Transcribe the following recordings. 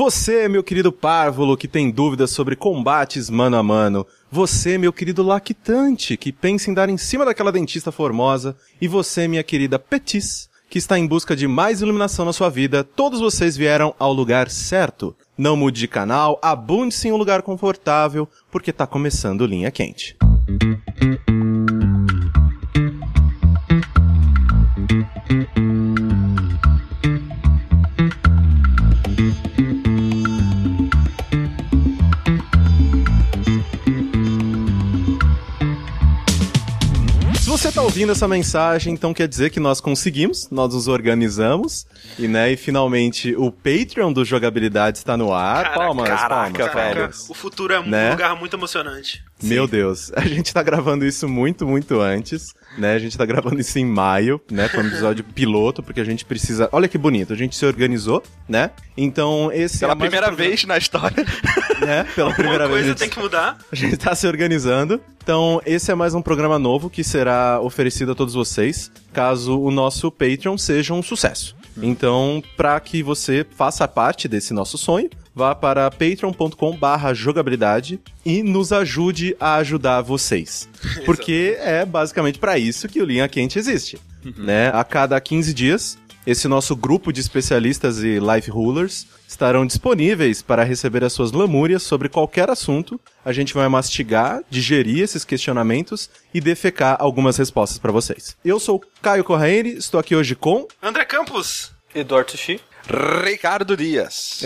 Você, meu querido párvulo, que tem dúvidas sobre combates mano a mano. Você, meu querido lactante, que pensa em dar em cima daquela dentista formosa. E você, minha querida petis, que está em busca de mais iluminação na sua vida. Todos vocês vieram ao lugar certo. Não mude de canal, abunde-se em um lugar confortável, porque tá começando Linha Quente. Se você tá ouvindo essa mensagem, então quer dizer que nós conseguimos, nós nos organizamos, e né, e finalmente o Patreon do Jogabilidade está no ar. Cara, palmas, caraca, palmas, velho. palmas. O futuro é Né? um lugar muito emocionante. Meu Deus, a gente tá gravando isso muito, muito antes, né? A gente tá gravando isso em maio, né? Foi um episódio piloto, porque a gente precisa. Olha que bonito, a gente se organizou, né? Então, esse é Pela mais um primeira programa- vez na história. né? Pela primeira Uma vez. coisa a gente tem que mudar. a gente tá se organizando. Então, esse é mais um programa novo que será oferecido a todos vocês, caso o nosso Patreon seja um sucesso. Então, para que você faça parte desse nosso sonho, vá para patreon.com jogabilidade e nos ajude a ajudar vocês. Porque é basicamente para isso que o Linha Quente existe. Né? A cada 15 dias, esse nosso grupo de especialistas e life rulers estarão disponíveis para receber as suas lamúrias sobre qualquer assunto. A gente vai mastigar, digerir esses questionamentos e defecar algumas respostas para vocês. Eu sou o Caio Corraine, estou aqui hoje com. André Campos, Eduardo Sushi. Ricardo Dias.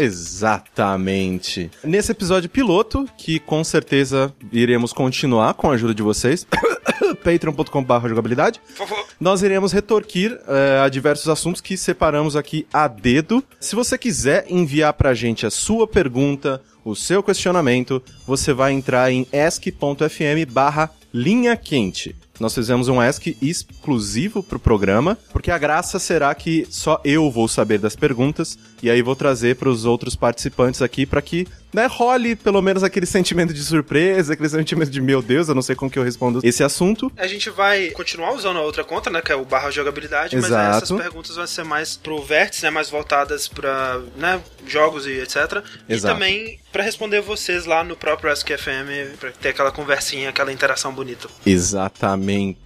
Exatamente. Nesse episódio piloto, que com certeza iremos continuar com a ajuda de vocês, patreon.com.br jogabilidade. por favor. Nós iremos retorquir eh, a diversos assuntos que separamos aqui a dedo. Se você quiser enviar pra gente a sua pergunta, o seu questionamento, você vai entrar em ask.fm barra linha quente. Nós fizemos um ask exclusivo pro programa, porque a graça será que só eu vou saber das perguntas e aí vou trazer pros outros participantes aqui pra que né, role pelo menos aquele sentimento de surpresa, aquele sentimento de meu Deus, eu não sei como que eu respondo esse assunto. A gente vai continuar usando a outra conta, né? Que é o barra jogabilidade, mas Exato. essas perguntas vão ser mais pro vértice, né? Mais voltadas pra né, jogos e etc. E Exato. também pra responder vocês lá no próprio AskFM, pra ter aquela conversinha, aquela interação bonita. Exatamente.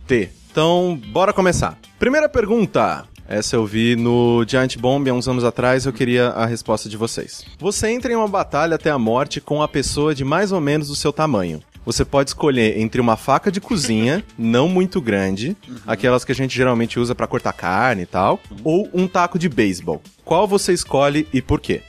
Então, bora começar. Primeira pergunta. Essa eu vi no Giant Bomb há uns anos atrás, eu queria a resposta de vocês. Você entra em uma batalha até a morte com a pessoa de mais ou menos do seu tamanho. Você pode escolher entre uma faca de cozinha, não muito grande, Uhum. aquelas que a gente geralmente usa pra cortar carne e tal, ou um taco de beisebol. Qual você escolhe e por quê?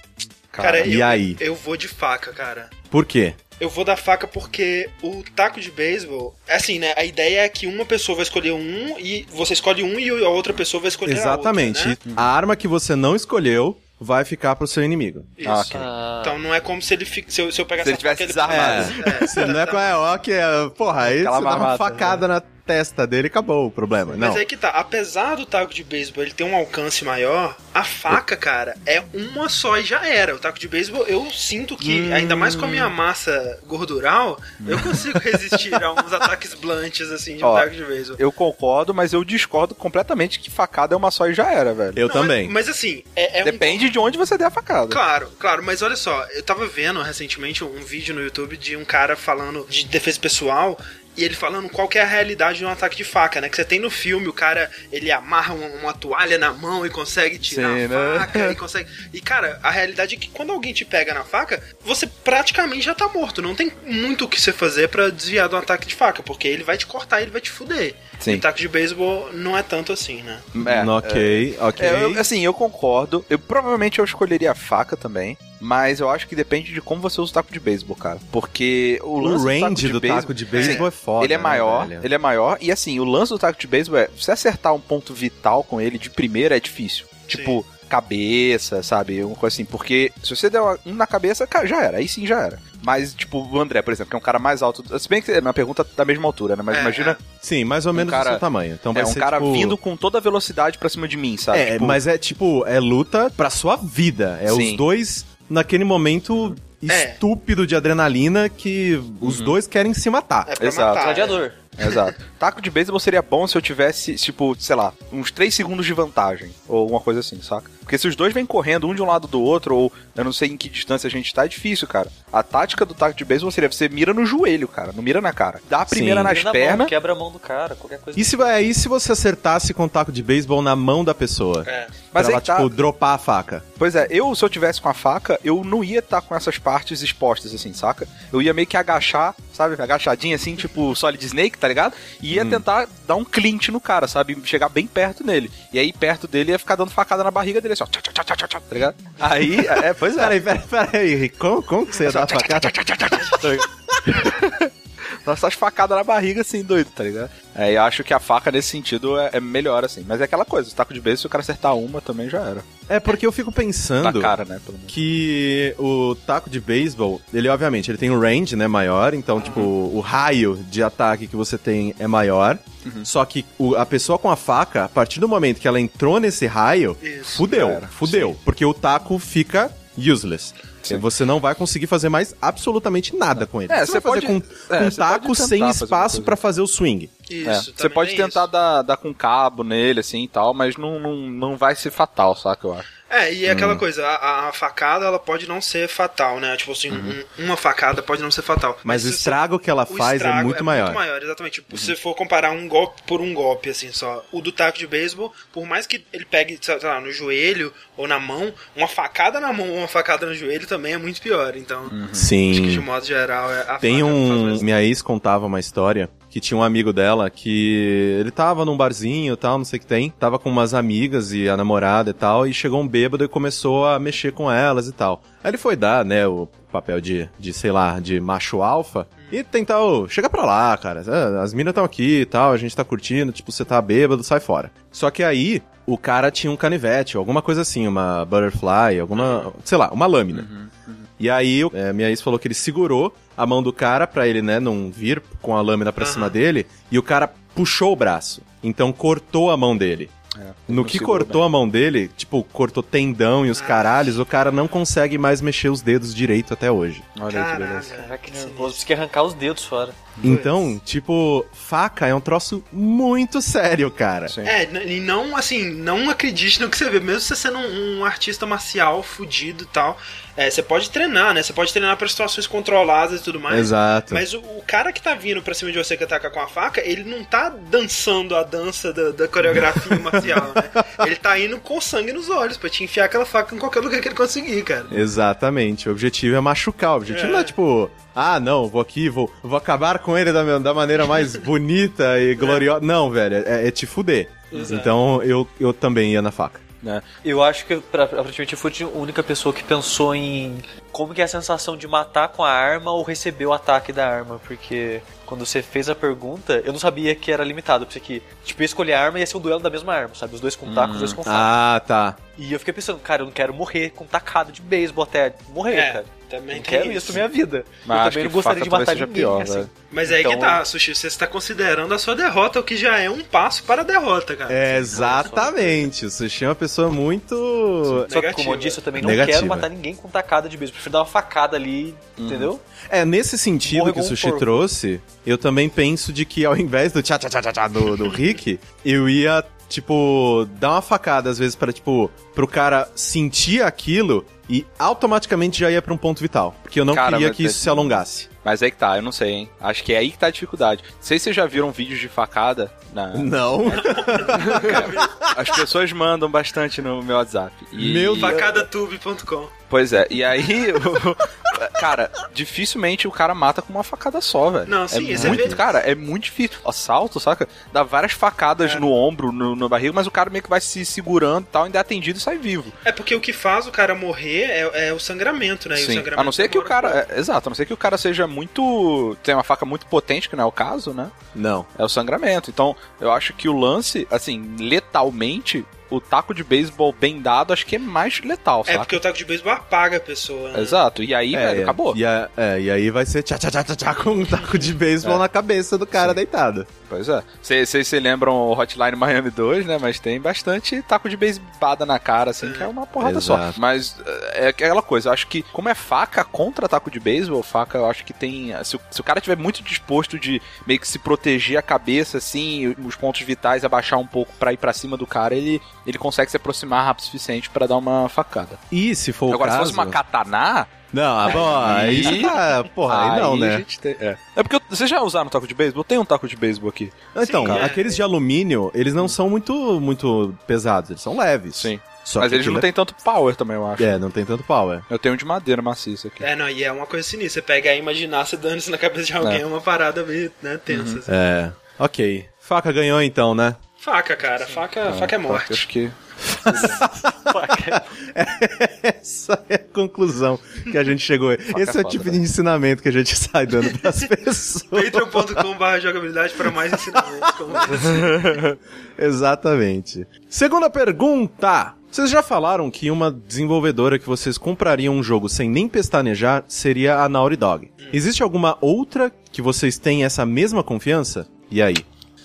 Cara, e eu, aí? eu vou de faca, cara. Por quê? Eu vou dar faca porque o taco de beisebol, é assim, né? A ideia é que uma pessoa vai escolher um e você escolhe um e a outra pessoa vai escolher Exatamente. a outra, né? A arma que você não escolheu vai ficar pro seu inimigo. Isso. Ah, ok. Ah, Então não é como se ele fi- se, eu, se eu pegasse Se ele a faca, tivesse desarmado. É, é, Você não é com a EO que é. Porra, aí Aquela né? você dá uma mamata, facada na testa dele e acabou o problema. Não. Mas é aí que tá, apesar do taco de beisebol ele ter um alcance maior, a faca, cara, é uma só e já era. O taco de beisebol, eu sinto que, Hum. ainda mais com a minha massa gordural, eu consigo resistir a uns ataques blantes, assim, de um Ó, taco de beisebol. Eu concordo, mas eu discordo completamente que facada é uma só e já era, velho. Eu Não, também. Mas, mas assim, é, é um Depende de onde você der a facada. Claro, claro, mas olha só, eu tava vendo recentemente um vídeo no YouTube de um cara falando de defesa pessoal. E ele falando qual que é a realidade de um ataque de faca, né? Que você tem no filme, o cara, ele amarra uma, uma toalha na mão e consegue tirar Sim, a né? faca, e consegue... E, cara, a realidade é que quando alguém te pega na faca, você praticamente já tá morto. Não tem muito o que você fazer pra desviar de um ataque de faca, porque ele vai te cortar, ele vai te fuder. Sim. E ataque de beisebol não é tanto assim, né? É, Hum, ok, ok. é, eu- assim, eu concordo. Eu provavelmente eu escolheria a faca também. Mas eu acho que depende de como você usa o taco de beisebol, cara. Porque o, o lance do taco range de do beisebol- taco de beisebol é foda. ele é né, maior, velho? ele é maior. E assim, o lance do taco de beisebol é, se acertar um ponto vital com ele de primeira é difícil. Tipo, cabeça, sabe? Uma coisa assim. Porque se você der uma- um na cabeça, cara, já era. Aí sim já era. Mas, tipo, o André, por exemplo, que é um cara mais alto. Se bem que é uma pergunta da mesma altura, né? Mas É, imagina, Sim, mais ou Um menos do cara- seu tamanho. Então é, vai um ser, cara tipo- vindo com toda a velocidade pra cima de mim, sabe? É, Tipo, mas é tipo, é luta pra sua vida. É os Sim. dois naquele momento É. estúpido de adrenalina que os Uhum. dois querem se matar. É pra Exato. matar. né? gladiador. Exato. Taco de beisebol seria bom se eu tivesse, tipo, sei lá, uns 3 segundos de vantagem. Ou uma coisa assim, saca? Porque se os dois vêm correndo um de um lado do outro, ou eu não sei em que distância a gente tá, é difícil, cara. A tática do taco de beisebol seria você mira no joelho, cara, não mira na cara. Dá a primeira Sim. nas Vira na mão, pernas. quebra a mão do cara, qualquer coisa. E se, aí se você acertasse com um taco de beisebol na mão da pessoa? É. pra Mas aí ela, que tá. tipo, dropar a faca. Pois é, eu, se eu tivesse com a faca, eu não ia estar com essas partes expostas, assim, saca? Eu ia meio que agachar, sabe? Agachadinha, assim, tipo Solid Snake, tá ligado? E ia tentar dar um clinch no cara, sabe? Chegar bem perto nele. E aí, perto dele, ia ficar dando facada na barriga dele, assim, ó. Tchá, tchá, tchá, tchá, tchá, tá ligado? Aí, é, pois é. Peraí, peraí, peraí, Rick, como, como que você ia dar a facada? Dá Essas facadas na barriga, assim, doido, tá ligado? É, eu acho que a faca, nesse sentido, é, é melhor, assim. Mas é aquela coisa, o taco de beijo, se o cara acertar uma, também já era. É porque eu fico Na pensando cara, né, pelo menos. que o taco de beisebol, ele obviamente, ele tem um range, né, maior, então, tipo, Uhum. o raio de ataque que você tem é maior, Uhum. só que o- a pessoa com a faca, a partir do momento que ela entrou nesse raio, Isso, fudeu, cara, fudeu, porque o taco fica useless. Sim. Você não vai conseguir fazer mais absolutamente nada com ele. É, você vai fazer pode- com, é, com um você pode taco tentar sem fazer uma espaço coisa. pra fazer o swing. Isso. É, também Você pode é tentar isso. dar, dar com cabo nele, assim e tal, mas não, não, não vai ser fatal, saca? Eu acho. É, e é Hum. aquela coisa, a, a- a facada ela pode não ser fatal, né? Tipo assim, um- uma facada pode não ser fatal. Uhum. Mas o se você- estrago que ela o faz é estrago muito maior. Uhum. Muito maior, exatamente. Tipo, Se você for comparar um golpe por um golpe, assim, só. O do taco de beisebol, por mais que ele pegue, sei lá, no joelho ou na mão, uma facada na mão ou uma facada no joelho também é muito pior. Então, acho que de Uhum. Sim. modo geral é a Tem faca faz um. mais- Minha ex contava uma história que tinha um amigo dela que ele tava num barzinho e tal, não sei o que tem. Tava com umas amigas e a namorada e tal, e chegou um bêbado e começou a mexer com elas e tal. Aí ele foi dar, né, o papel de, de sei lá, de macho alfa e tentar, ô, chega pra lá, cara. Ah, As minas estão aqui e tal, a gente tá curtindo, tipo, você tá bêbado, sai fora. Só que aí. O cara tinha um canivete, alguma coisa assim, uma butterfly, alguma. sei lá, uma lâmina. Uhum, E aí, eu- é, minha ex falou que ele segurou a mão do cara pra ele, né, não vir com a lâmina pra Aham. cima dele, e o cara puxou o braço. Então cortou a mão dele. É, No que cortou a mão dele, tipo, cortou tendão e os Ah. caralhos, o cara não consegue mais mexer os dedos direito até hoje. Olha aí que é beleza. Caraca, que Sinistro. nervoso. Você quer arrancar os dedos fora. Então, tipo, faca é um troço muito sério, cara. Sim. É, n- e não, assim, não acredite no que você vê. Mesmo você sendo um, um artista marcial fudido e tal, é, você pode treinar, né? Você pode treinar pra situações controladas e tudo mais. Exato. Mas o, o cara que tá vindo pra cima de você que ataca com a faca, ele não tá dançando a dança da, da coreografia marcial, né? Ele tá indo com sangue nos olhos pra te enfiar aquela faca em qualquer lugar que ele conseguir, cara. Exatamente. O objetivo é machucar. O objetivo É. não é tipo, ah, não, vou aqui, vou, vou acabar com ele da, da maneira mais bonita e gloriosa. Não, velho, é, é te fuder. É. Exato. Então eu, eu também ia na faca. Eu acho que pra, aparentemente eu fui a única pessoa que pensou em como que é a sensação de matar com a arma ou receber o ataque da arma, porque quando você fez a pergunta, eu não sabia que era limitado, porque aqui, tipo, eu ia escolher a arma e ia ser um duelo da mesma arma, sabe? Os dois com um taco, os dois com Hum, faca. Ah, tá. E eu fiquei pensando, cara, eu não quero morrer com tacado de beisebol até morrer, É, cara. também Não quero isso pra minha vida. Mas eu acho também que não gostaria faca de talvez matar seja ninguém, pior, né? assim. velho. Mas é aí que Então- tá, Sushi, você está considerando a sua derrota, o que já é um passo para a derrota, cara. É, exatamente. O Sushi é uma pessoa muito. Só que, Negativa. como eu disse, eu também não Negativa. quero matar ninguém com tacada de beisebol. Prefiro dar uma facada ali, Hum. entendeu? É, nesse sentido Morre que o com um Sushi porco. trouxe, eu também penso de que ao invés do tchá tchá tchá tchá, tchá do, do Rick, eu ia, tipo, dar uma facada às vezes para tipo, pro cara sentir aquilo e automaticamente já ia pra um ponto vital. Porque eu não Cara, queria mas que é- isso se alongasse. Mas aí que tá, eu não sei, hein? Acho que é aí que tá a dificuldade. Não sei se vocês já viram vídeos de facada. Na... Não. As pessoas mandam bastante no meu WhatsApp. E... Meu Facadatube.com. Pois é, e aí. o- cara, dificilmente o cara mata com uma facada só, velho. Não, sim, é isso é muito, verdade. Cara, é muito difícil. Assalto, saca? Dá várias facadas É. no ombro, no, no barriga, mas o cara meio que vai se segurando e tal, ainda é atendido e sai vivo. É porque o que faz o cara morrer é, é o sangramento, né? E o Sim. sangramento tá- A não ser que o demora cara. é, exato, a não ser que o cara seja muito. tem uma faca muito potente, que não é o caso, né? Não. É o sangramento. Então, eu acho que o lance, assim, letalmente, o taco de beisebol bem dado, acho que é mais letal, É saca? porque o taco de beisebol apaga a pessoa. Né? Exato. E aí, é, velho, acabou. E, a- é, e aí vai ser tchá tchá tchá tchá, tchá com um taco de É. beisebol na cabeça do cara deitado. Pois é. Vocês se lembram o Hotline Miami 2, né? Mas tem bastante taco de beisebada na cara, assim, que é uma porrada Exato. só. Mas é é aquela coisa, eu acho que, como é faca contra taco de beisebol, faca, eu acho que tem. Se o, se o cara tiver muito disposto de meio que se proteger a cabeça, assim, e os pontos vitais abaixar um pouco pra ir pra cima do cara, ele ele consegue se aproximar rápido o suficiente pra dar uma facada. E se for Agora, o se caso... fosse uma katana, Não, ah, bom, aí Aí- você tá... Porra, aí não, a né? gente tem- é. é porque eu- vocês já usaram taco de beisebol? Eu tenho um taco de beisebol aqui. Então, Sim, é. aqueles de alumínio, eles não são muito, muito pesados, eles são leves. Só Mas que é eles não aquilo têm tanto power também, eu acho. é... É, não tem tanto power. Eu tenho um de madeira maciça aqui. É, não, e é uma coisa sinistra. Você pega aí e imaginar você dando isso na cabeça de alguém, é, uma parada meio né, tensa. Uhum. assim. É, ok. Faca ganhou então, né? Faca, cara, faca, faca é Tá, morte. acho que. Essa é a conclusão que a gente chegou. Esse é o foda, tipo né? de ensinamento que a gente sai dando pras pessoas. patreon.com.br jogabilidade para mais ensinamentos como esse. Exatamente. Segunda pergunta. Vocês já falaram que uma desenvolvedora que vocês comprariam um jogo sem nem pestanejar seria a Naughty Dog. Existe alguma outra que vocês têm essa mesma confiança? E aí?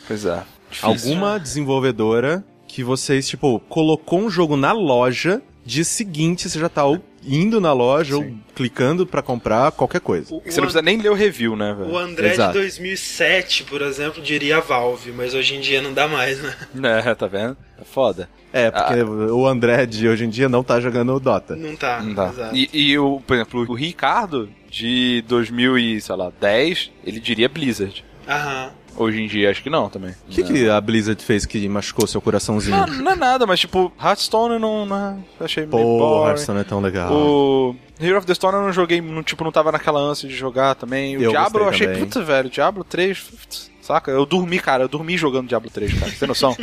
Pois é. Alguma desenvolvedora que vocês, tipo, colocou um jogo na loja, dia seguinte você já tá ou indo na loja ou clicando pra comprar qualquer coisa. O, Você não o, precisa nem ler o review, né, velho? o André Exato. de 2007, por exemplo, diria a Valve, mas hoje em dia não dá mais, né? É, tá vendo? É foda. É, porque o André de hoje em dia não tá jogando o Dota. Não tá. Não dá. Exato. E, e o, por exemplo, o Ricardo, de 2010, ele diria Blizzard. Aham. Hoje em dia, acho que não também. O que, que a Blizzard fez que machucou seu coraçãozinho? Não, não é nada, mas tipo, Hearthstone eu não, não achei meio Pô, boring. Hearthstone é tão legal. O Hero of the Storm eu não joguei, não, tipo, não tava naquela ânsia de jogar também. O Eu Diablo eu gostei achei, também. puta, velho, Diablo 3, putz, saca? Eu dormi, cara, eu dormi jogando Diablo 3, cara, tem noção?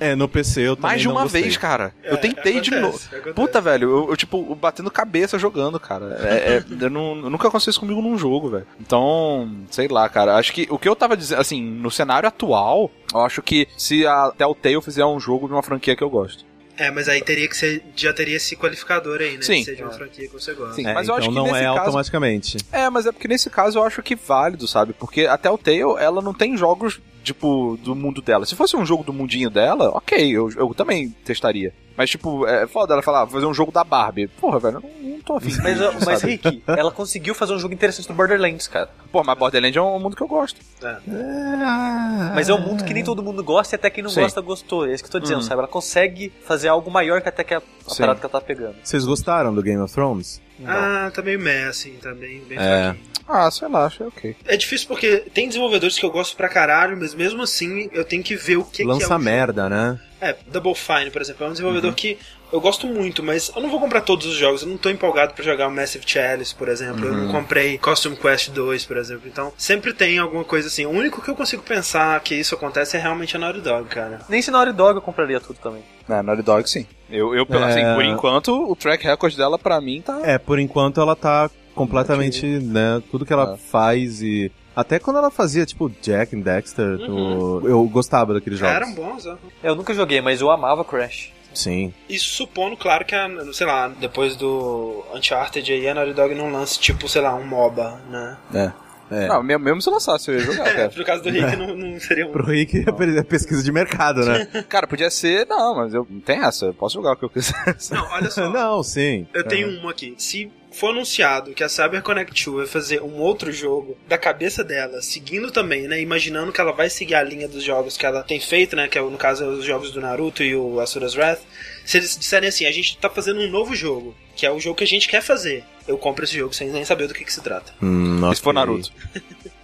É, no PC eu também Mais de não uma gostei. vez, cara. eu É, tentei de novo. acontece, acontece. Puta, velho, eu, eu, tipo, batendo cabeça jogando, cara. É, é, eu não, nunca aconteceu isso comigo num jogo, velho. Então, sei lá, cara. Acho que o que eu tava dizendo, assim, no cenário atual, eu acho que se a Telltale fizer um jogo de uma franquia que eu gosto. É, mas aí teria que ser, já teria esse qualificador aí, né? Sim. De ser de uma franquia que você gosta. Sim. É, Mas eu então acho que não nesse é caso- automaticamente. É, mas é porque nesse caso eu acho que válido, sabe? Porque a Telltale, ela não tem jogos, tipo, do mundo dela. Se fosse um jogo do mundinho dela, ok, eu, eu também testaria. Mas, tipo, é foda ela falar, "Ah, vou fazer um jogo da Barbie. Porra, velho, eu não, não tô afim. Mas, disso, mas sabe? Rick, ela conseguiu fazer um jogo interessante do Borderlands, cara. Pô, mas Borderlands é um mundo que eu gosto. Mas é um mundo que nem todo mundo gosta e até quem não Sim. gosta gostou. É isso que eu tô dizendo, Uhum. sabe? Ela consegue fazer algo maior que até que a, a Sim. parada que ela tá pegando. Vocês gostaram do Game of Thrones? Ah, tá meio meh, assim, tá bem, bem É. fraquinho. Ah, sei lá, achei ok. É difícil porque tem desenvolvedores que eu gosto pra caralho, mas mesmo assim eu tenho que ver o que, Lança que é. o jogo. merda, né? É, Double Fine, por exemplo, é um desenvolvedor Uhum. que eu gosto muito, mas eu não vou comprar todos os jogos. Eu não tô empolgado pra jogar o Massive Chalice, por exemplo. Eu Uhum. não comprei Costume Quest 2, por exemplo. Então, sempre tem alguma coisa assim. O único que eu consigo pensar que isso acontece é realmente a Naughty Dog, cara. Nem se na Naughty Dog eu compraria tudo também. Na É, Naughty Dog, sim. Eu, eu pelo- É. assim, por enquanto, o track record dela, pra mim, tá... É, por enquanto ela tá completamente, né, tudo que ela Ah. faz e... Até quando ela fazia, tipo, Jack and Dexter, Uhum. o- eu gostava daqueles jogos. um Eram bons, ó. Eu nunca joguei, mas eu amava Crash. Sim. Isso supondo, claro, que a, sei lá, depois do Uncharted aí, a Naughty Dog não lance, tipo, sei lá, um MOBA, né? É. Não, mesmo, mesmo se lançasse, eu ia jogar, É, cara. por causa do Rick não, não seria um. né? Pro Rick é pesquisa de mercado, né? Cara, podia ser... Não, mas eu não tem essa. Eu posso jogar o que eu quiser. Não, olha só. Não, sim. É. Eu tenho uma aqui. Se for anunciado que a Cyber Connect 2 vai fazer um outro jogo da cabeça dela, seguindo também, né? Imaginando que ela vai seguir a linha dos jogos que ela tem feito, né? Que é, no caso, os jogos do Naruto e o Asura's Wrath. Se eles disserem assim, a gente tá fazendo um novo jogo, que é o jogo que a gente quer fazer. Eu compro esse jogo sem nem saber do que, que se trata. Hum, Se for ok. Naruto.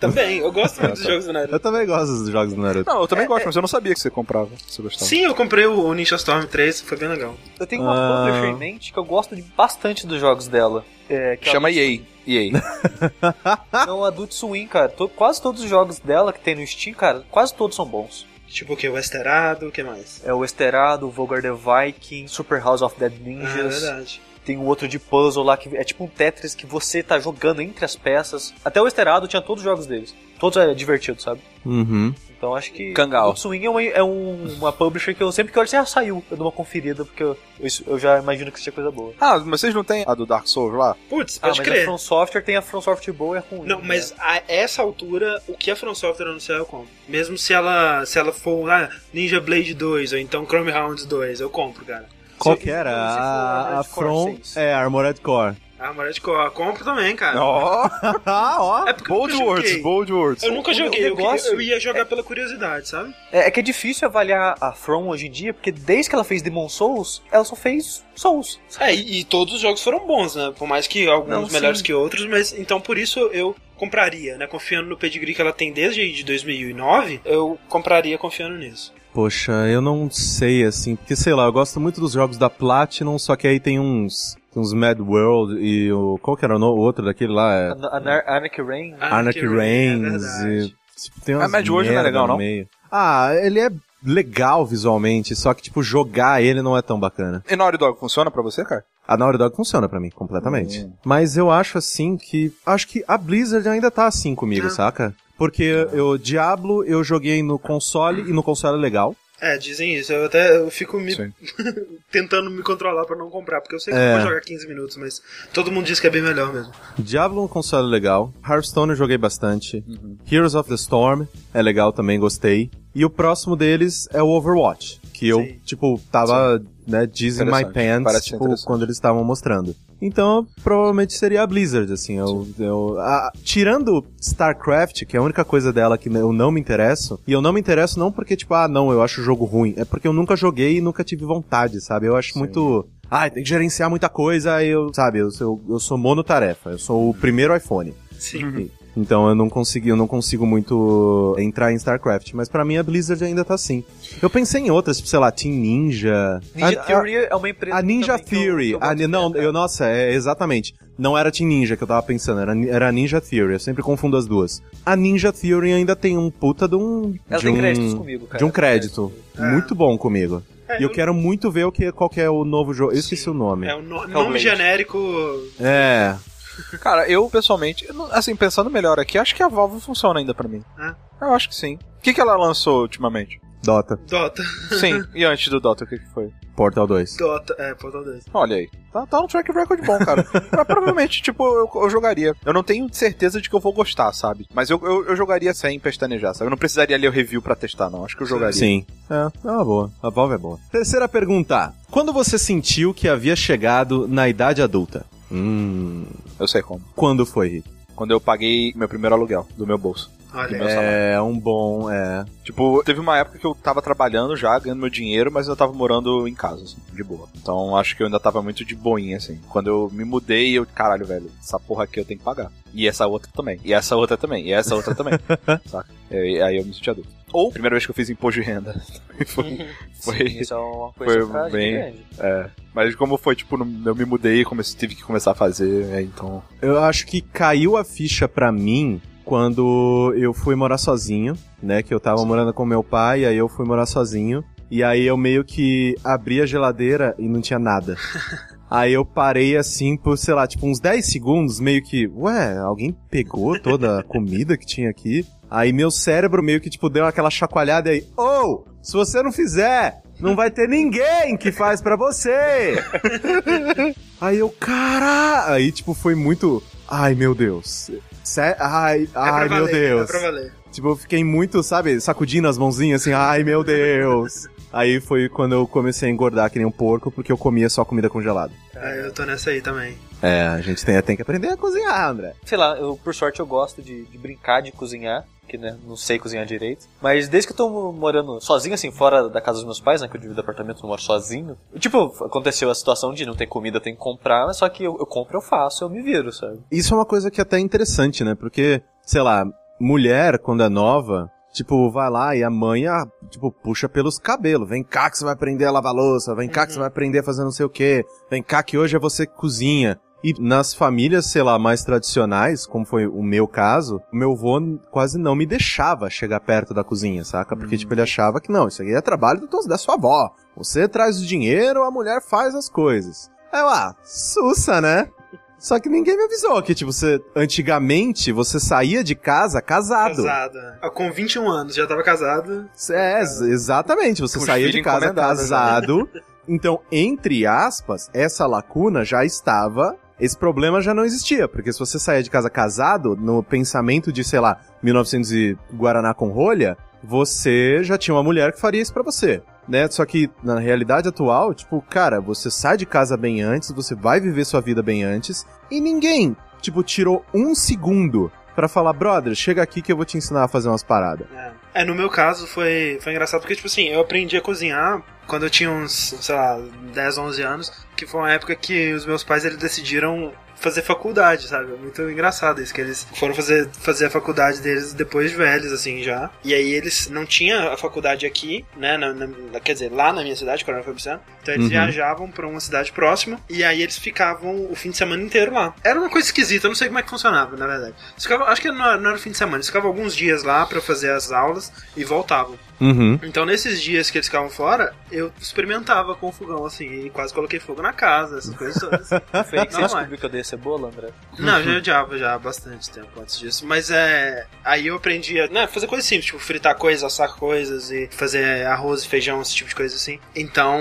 Também, eu gosto muito dos jogos do Naruto. Eu também gosto dos jogos do Naruto. Não, eu também gosto, mas eu não sabia que você comprava. que Você gostava. É, Sim, eu comprei o Ninja Storm 3, foi bem legal. Eu tenho uma Ah. publisher em mente que eu gosto de- bastante dos jogos dela. É, que Chama EA. EA. ela- Não, Adult Swim, cara. To- quase todos os jogos dela que tem no Steam, cara, quase todos são bons. Tipo o que? O Esterado, o que mais? É o Esterado, o Vulgar the Viking, Super House of Dead Ah, Ninjas. verdade. Tem um outro de puzzle lá que é tipo um Tetris que você tá jogando entre as peças. Até o Esterado tinha todos os jogos deles. Todos é divertido, sabe? Uhum. Então acho que. Kangal. O Swing é, uma, é um- uma publisher que eu sempre que olho, já saiu. Eu dou uma conferida porque eu, eu- isso- eu já imagino que seja coisa boa. Ah, mas vocês não têm a do Dark Souls lá? Putz, Ah, pode mas crer. a From Software tem a From Software boa e a ruim. Não, né? mas a essa altura, o que a From Software anunciar eu compro. Mesmo se ela, se ela for ah, Ninja Blade 2 ou então Chrome Hounds 2, eu compro, cara. Qual Se- que era? Tipo, se for A, a Armored Core From... seis. É, Armored Core. Ah, Mario de Coop. Compro também, cara. Ó, ah, ó. É porque eu bold nunca words, joguei. bold words. Eu nunca O- joguei, o eu, queria- negócio- eu ia jogar pela curiosidade, sabe? É, é que é difícil avaliar a From hoje em dia, porque desde que ela fez Demon Souls, ela só fez Souls. É, e, e todos os jogos foram bons, né? Por mais que alguns Não, sim. melhores que outros, mas então por isso eu compraria, né? Confiando no pedigree que ela tem desde aí de 2009, eu compraria confiando nisso. Poxa, eu não sei, assim, porque sei lá, eu gosto muito dos jogos da Platinum, só que aí tem uns, tem uns Mad World e o. Qual que era o no- outro daquele lá? É, Ana- Anar- Anarchy Rain. Ah, Anarchy é Reigns. e, tipo, tem umas Ah, Mad World não é merda legal, no não? meio. Ah, ele é legal visualmente, só que, tipo, jogar ele não é tão bacana. E Naughty Dog funciona pra você, cara? A Naughty Dog funciona pra mim, completamente. Hum. Mas eu acho assim que. Acho que a Blizzard ainda tá assim comigo, Ah. saca? Porque eu, Diablo, eu joguei no console e no console é legal. É, dizem isso. Eu até eu fico me Sim. tentando me controlar pra não comprar, porque eu sei que É. eu vou jogar 15 minutos, mas todo mundo diz que é bem melhor mesmo. Diablo é um console legal. Hearthstone eu joguei bastante. Uhum. Heroes of the Storm é legal também, gostei. E o próximo deles é o Overwatch, que eu, Sim. tipo, tava, né, dizem my Interessante. pants, Parece ser tipo, interessante. quando eles estavam mostrando. Então, provavelmente seria a Blizzard, assim, eu, eu- a- tirando StarCraft, que é a única coisa dela que eu não me interesso, e eu não me interesso não porque, tipo, ah, não, eu acho o jogo ruim, é porque eu nunca joguei e nunca tive vontade, sabe? Eu acho Sim. muito... Ai, tem que gerenciar muita coisa, eu, sabe, eu, eu, eu sou monotarefa, eu sou o primeiro iPhone. Sim. Então eu não consegui, eu não consigo muito entrar em StarCraft, mas pra mim a Blizzard ainda tá assim. Eu pensei em outras, tipo, sei lá, Team Ninja. Ninja a, Theory é uma empresa. a, a Ninja também que eu- Theory. que né? eu a, boto não, fé, eu, nossa, é, exatamente. Não era Team Ninja que eu tava pensando, era, era Ninja Theory. Eu sempre confundo as duas. A Ninja Theory ainda tem um puta de um. Ela de tem um, créditos comigo, cara. De um crédito. É. Muito bom comigo. É, E eu quero muito ver o que, qual que é o novo jogo. Eu esqueci Sim. o nome. É um no- nome Hellblade. genérico. é. Cara, eu pessoalmente, eu não- assim, pensando melhor aqui, acho que a Valve funciona ainda pra mim. É. Eu acho que sim. O que, que ela lançou ultimamente? Dota. Dota. Sim, e antes do Dota, o que, que foi? Portal 2. Dota. É, Portal 2. Olha aí. Tá, tá um track record bom, cara. Mas provavelmente, tipo, eu, eu jogaria. Eu não tenho certeza de que eu vou gostar, sabe? Mas eu, eu, eu jogaria sem pestanejar, sabe? Eu não precisaria ler o review pra testar, não. Acho que eu jogaria. Sim. É, é uma boa. A Valve é boa. Terceira pergunta. Quando você sentiu que havia chegado na idade adulta? Hum. Eu sei como. Quando foi? Rick? Quando eu paguei meu primeiro aluguel do meu bolso. Olha Do aí. meu salário. É, um bom, é. Tipo, teve uma época que eu tava trabalhando já, ganhando meu dinheiro, mas eu tava morando em casa, assim, de boa. Então acho que eu ainda tava muito de boinha, assim. Quando eu me mudei, eu, caralho, velho, essa porra aqui eu tenho que pagar. E essa outra também. E essa outra também. E essa outra também. Saca? E aí eu me senti adulto. Ou, primeira vez que eu fiz imposto de renda. foi, foi, Sim, isso é uma coisa foi pra gente bem- grande. Mas como foi, tipo, não- eu me mudei, comecei, tive que começar a fazer, né, então... Eu acho que caiu a ficha pra mim quando eu fui morar sozinho, né? Que eu tava morando com meu pai, aí eu fui morar sozinho. E aí eu meio que abri a geladeira e não tinha nada. Aí eu parei assim por, sei lá, tipo uns 10 segundos, meio que, ué, alguém pegou toda a comida que tinha aqui? Aí meu cérebro meio que, tipo, deu aquela chacoalhada e aí, ou, se você não fizer, não vai ter ninguém que faz pra você! Aí eu, cara! Aí, tipo, foi muito. Ai, meu Deus. Sé- Ai, É pra ai meu valer, É Deus. pra valer. tipo, eu fiquei muito, sabe, sacudindo as mãozinhas assim, ai, meu Deus. Aí foi quando eu comecei a engordar que nem um porco, porque eu comia só comida congelada. Ah, eu tô nessa aí também. É, a gente tem, tem que aprender a cozinhar, André. sei lá, eu, por sorte eu gosto de, de brincar de cozinhar, que né, não sei cozinhar direito. Mas desde que eu tô mo- morando sozinho, assim, fora da casa dos meus pais, né, que eu divido apartamento, eu moro sozinho. Tipo, aconteceu a situação de não ter comida, eu tenho que comprar, mas só que eu, eu compro, eu faço, eu me viro, sabe? Isso é uma coisa que até é interessante, né? Porque, sei lá, mulher, quando é nova, tipo, vai lá e a mãe, ah, tipo, puxa pelos cabelos. Vem cá que você vai aprender a lavar louça, vem cá que você vai aprender a fazer não sei o quê, vem cá que hoje é você que cozinha. E nas famílias, sei lá, mais tradicionais, como foi o meu caso, o meu avô quase não me deixava chegar perto da cozinha, saca? Porque, tipo, ele achava que não, isso aqui é trabalho do- da sua avó. Você traz o dinheiro, a mulher faz as coisas. Aí eu, ah, sussa, né? Só que ninguém me avisou que, tipo, você, antigamente, você saía de casa casado. Casado. né? Ah, Com 21 anos, já tava casado. Cê- É, ex- exatamente, você Com os saía de filhos casa encomendados, casado. Então, entre aspas, essa lacuna já estava, esse problema já não existia, porque se você saía de casa casado, no pensamento de, sei lá, 1900 e Guaraná com rolha, você já tinha uma mulher que faria isso pra você. né? Só que na realidade atual, tipo, cara, você sai de casa bem antes, você vai viver sua vida bem antes, e ninguém, tipo, tirou um segundo pra falar, brother, chega aqui que eu vou te ensinar a fazer umas paradas. É, no meu caso foi, foi engraçado porque, tipo assim, eu aprendi a cozinhar quando eu tinha uns, sei lá, 10, 11 anos, que foi uma época que os meus pais eles decidiram fazer faculdade, sabe? É Muito engraçado isso, que eles foram fazer, fazer a faculdade deles depois de velhos, assim, já. E aí eles não tinham a faculdade aqui, né? na- na- quer dizer, lá na minha cidade, Coronel Fabriciano. Então eles Uhum. viajavam pra uma cidade próxima e aí eles ficavam o fim de semana inteiro lá. Era uma coisa esquisita, eu não sei como é que funcionava, na verdade. Eles ficavam- acho que não era, não era o fim de semana, eles ficavam alguns dias lá pra fazer as aulas e voltavam. Uhum. Então, nesses dias que eles ficavam fora, eu experimentava com o fogão, assim, e quase coloquei fogo na casa, essas coisas todas. Foi aí que você Não, descobriu que eu dei cebola, André? Não, eu já odiava já há bastante tempo antes disso. Mas é. Aí eu aprendi a né, fazer coisas simples, tipo fritar coisas, assar coisas e fazer arroz e feijão, esse tipo de coisa assim. Então,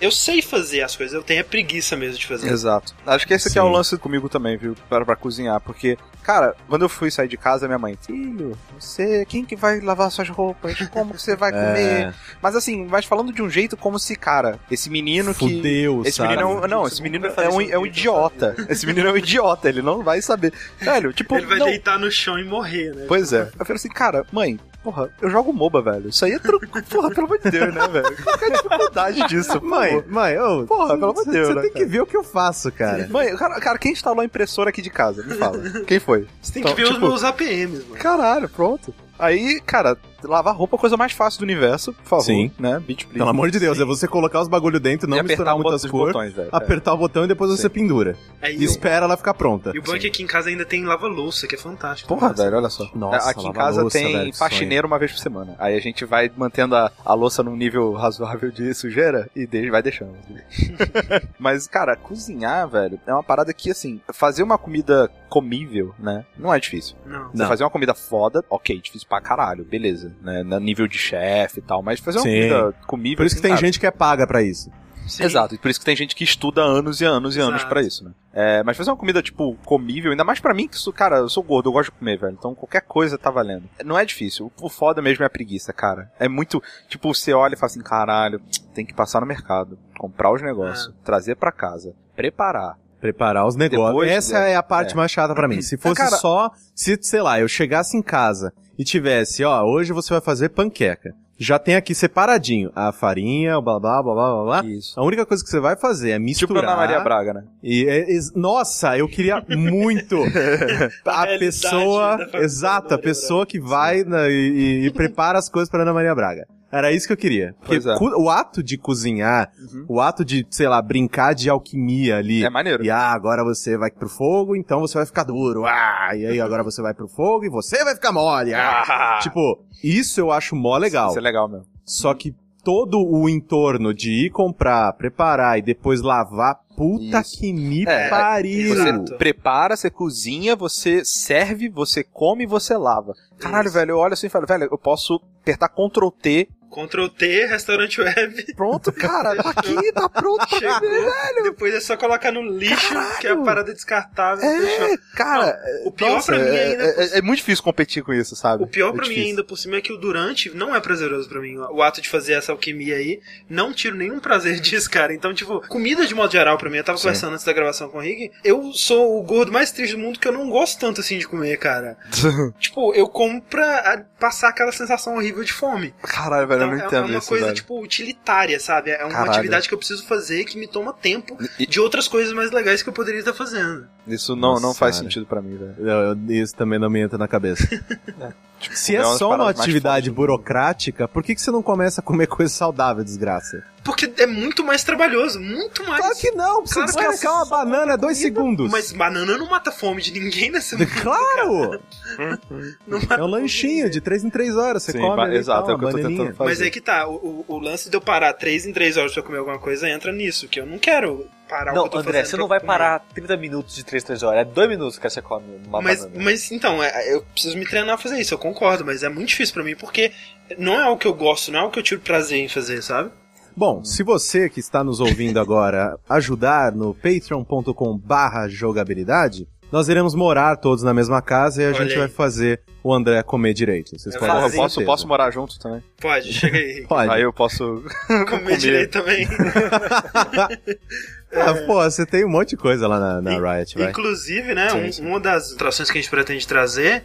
eu sei fazer as coisas, eu tenho a preguiça mesmo de fazer. Exato. Acho que esse aqui é o Sim. lance comigo também, viu? Pra, pra cozinhar. Porque, cara, quando eu fui sair de casa, minha mãe, filho, você, quem que vai lavar suas roupas? Como você vai comer? Mas assim, mas falando de um jeito como se, cara, esse menino que. Fudeu, Esse sabe? menino é um, não, Você esse nunca menino faz é um, isso é um na vida, idiota. Esse menino é um idiota, ele não vai saber. Velho, tipo, Ele vai não, deitar no chão e morrer, né? Pois é. Eu falei assim, cara, mãe, porra, eu jogo MOBA, velho. Isso aí é tranquilo. Porra, pelo amor de Deus, né, velho? Qual que é a dificuldade disso? por Mãe, favor? mãe, ô, Porra, pelo amor de você- Deus, Você né, tem que cara? ver o que eu faço, cara. Mãe, cara, cara, quem instalou a impressora aqui de casa? Me fala. Quem foi? Você tem Então, que ver tipo- os meus APMs, mano. Caralho, pronto. Aí, cara, lavar roupa é a coisa mais fácil do universo, por favor. Sim. Né? Beat, please. Pelo amor de Deus, Sim. é você colocar os bagulho dentro, não E misturar um botão- muitas os cores, botões, velho. É. apertar o botão e depois Sim. você pendura. Aí, E espera ela ficar pronta. É, E o banco aqui em casa ainda tem lava-louça, que é fantástico. Porra, Nossa. velho, olha só. Nossa, Aqui em lava casa louça, tem velho, que faxineiro uma vez por semana. Aí a gente vai mantendo a, a louça num nível razoável de sujeira e de, vai deixando. Mas, cara, cozinhar, velho, é uma parada que, assim, fazer uma comida comível, né? Não é difícil. Não. Você fazer uma comida foda, ok, difícil pra caralho, beleza. Né? No nível de chefe e tal, mas fazer uma Sim. comida comível. Por isso que assim, tem cara, gente assim. que é paga pra isso. Sim. Exato, e por isso que tem gente que estuda anos e anos e Exato. anos pra isso, né? É, mas fazer uma comida, tipo, comível, ainda mais pra mim, que sou, cara, eu sou gordo, eu gosto de comer, velho. Então qualquer coisa tá valendo. Não é difícil. O foda mesmo é a preguiça, cara. É muito. Tipo, você olha e fala assim, caralho, tem que passar no mercado, comprar os negócios, trazer pra casa, preparar. Preparar os negócios. Depois, Essa é a parte é. mais chata pra mim. Se fosse Cara- só, se, sei lá, eu chegasse em casa e tivesse, ó, hoje você vai fazer panqueca. Já tem aqui separadinho a farinha, o blá blá blá blá blá. blá. Isso. A única coisa que você vai fazer é Tipo Ah, misturar. Ana Maria Braga, né? E, é- es- nossa, eu queria muito a realidade pessoa, da família exata, a Maria pessoa que vai na- e, e- e prepara as coisas para Ana Maria Braga. Era isso que eu queria. Porque Pois é. cu- o ato de cozinhar, Uhum. o ato de, sei lá, brincar de alquimia ali. É maneiro. E ah, agora você vai pro fogo, então você vai ficar duro. Ah, e aí agora você vai pro fogo e você vai ficar mole. Ah. Ah, Tipo, isso eu acho mó legal. Isso é legal mesmo. Só que todo o entorno de ir comprar, preparar e depois lavar, puta Isso. que me É, pariu. Você Exato. prepara, você cozinha, você serve, você come e você lava. Caralho, Isso. velho, eu olho assim e falo, velho, eu posso apertar Ctrl T. Ctrl T, restaurante web. Pronto, cara, tá aqui, tá pronto pra Chegou. comer. Depois é só colocar no lixo, que é a parada descartável. fechou. É, cara. o pior nossa, pra mim é, ainda- É, é- é muito difícil competir com isso, sabe? O pior é pra mim difícil. ainda por cima é que o durante não é prazeroso pra mim. O ato de fazer essa alquimia aí, não tiro nenhum prazer disso, cara. Então, tipo, comida de modo geral pra mim, eu tava conversando antes da gravação com o Rick, eu sou o gordo mais triste do mundo que eu não gosto tanto assim de comer, cara. tipo, eu como pra ah, passar aquela sensação horrível de fome. Caralho, velho, eu Então, não é- entendo é uma isso. coisa, velho. tipo, utilitária, sabe? É uma Caralho. atividade que eu preciso fazer que me toma tempo E- de outras coisas mais legais que eu poderia estar fazendo. Isso não, não Nossa, faz cara. sentido pra mim, velho. Eu- eu- isso também não me entra na cabeça. Se é é uma das só uma paradas mais atividade fortes. burocrática, por que, que você não começa a comer coisa saudável, desgraça? Porque é muito mais trabalhoso, muito mais. Claro que não, pra você Claro que descascar é uma banana é dois segundos. Mas banana não mata fome de ninguém nessa Claro! Não mata É um fome de lanchinho de três em três horas, você Sim, come ba- ali, exato, tá, é o que eu tô bananinha. tentando fazer. Mas é que tá, o, o- o lance de eu parar 3 em 3 horas pra comer alguma coisa entra nisso, que eu não quero parar o Não, que eu tô André, um fazendo você pra não vai comer. parar 30 minutos de 3, 3 horas. É 2 minutos que você come uma Mas, banana. mas então, é- eu preciso me treinar a fazer isso, eu concordo, mas é muito difícil pra mim porque não é o que eu gosto, não é o que eu tiro prazer em fazer, sabe? Bom, se você que está nos ouvindo agora ajudar no patreon.com barra jogabilidade, Nós iremos morar todos na mesma casa e a Olha gente aí. vai fazer o André comer direito. Vocês É podem eu ter verdade. posso, certeza. posso morar junto também. Pode, chega aí. Pode. Aí eu posso Comer direito também. Ah, pô, você tem um monte de coisa lá na, na Riot, vai. Inclusive, né, Sim, um- sim. uma das atrações que a gente pretende trazer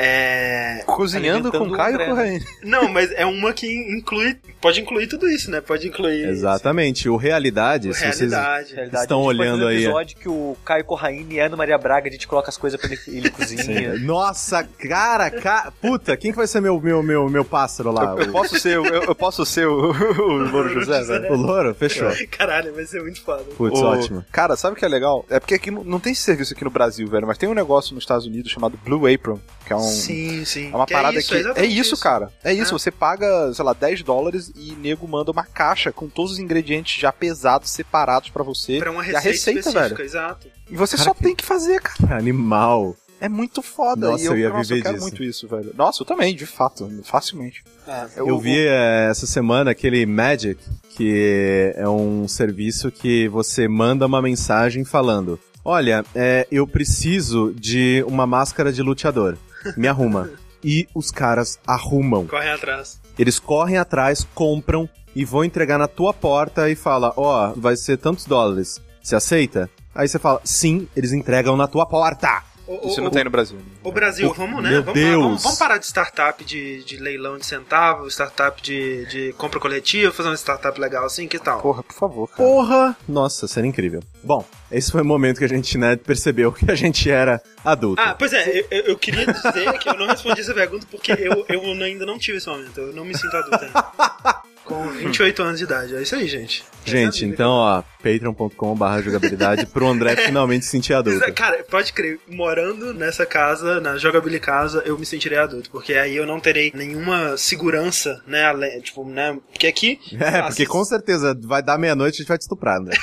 é. cozinhando com Alimentando o Caio o André, Correia. Não, mas é uma que inclui. Pode incluir tudo isso, né? Pode incluir. Exatamente. O Realidade, o se vocês... Realidade. Realidade, Estão a gente faz olhando um aí, episódio que o Caio Corraine e a Ana Maria Braga, a gente coloca as coisas pra ele, ele cozinha. Nossa, cara, cara... Puta, quem que vai ser meu, meu, meu, meu pássaro lá? Eu posso ser, o- eu, eu posso ser o, o Louro José, velho. né? O, o louro? Fechou. Caralho, vai ser muito foda. Putz, É. O- ótimo. Cara, sabe o que é legal? É porque aqui não- não tem esse serviço aqui no Brasil, velho, mas tem um negócio nos Estados Unidos chamado Blue Apron, que é um Sim, sim. É uma Que parada isso, que. É exatamente isso, cara. É isso. É. Você paga, sei lá, 10 dólares e nego manda uma caixa com todos os ingredientes já pesados, separados pra você. Pra uma E a receita, receita, específica, velho. exato. E você Cara, só que- tem que fazer, cara. Animal. É muito foda. Nossa, e eu, eu ia nossa, viver eu quero disso. muito isso, velho. Nossa, eu também, de fato. Facilmente. É. Eu vi eh, essa semana aquele Magic, que é um serviço que você manda uma mensagem falando: Olha, eh, eu preciso de uma máscara de luteador. Me arruma. e os caras arrumam. Correm atrás. Eles correm atrás, compram e vão entregar na tua porta e fala: Ó, vai ser tantos dólares. Você aceita? Aí você fala: Sim, eles entregam na tua porta. O, Isso não tem no Brasil. Brasil, o- vamos, né? Meu vamos, lá, Deus. vamos, vamos parar de startup de, de leilão de centavo, startup de, de compra coletiva, fazer uma startup legal assim, que tal? Porra, por favor, cara. Porra! Nossa, seria incrível. Bom, esse foi o momento que a gente né, percebeu que a gente era adulto. Ah, pois é, eu- eu, eu queria dizer que eu não respondi essa pergunta porque eu, eu ainda não tive esse momento, eu não me sinto adulto ainda. Com 28 anos de idade, é isso aí, gente. Gente, então, ó, patreon.com.br jogabilidade pro André finalmente se sentir adulto. Exa- é, Cara, pode crer, morando nessa casa, na jogabilidade casa, eu me sentirei adulto, porque aí eu não terei nenhuma segurança, né, ale- tipo, né, porque aqui... É, porque com certeza vai dar meia-noite e a gente vai te estuprar, André.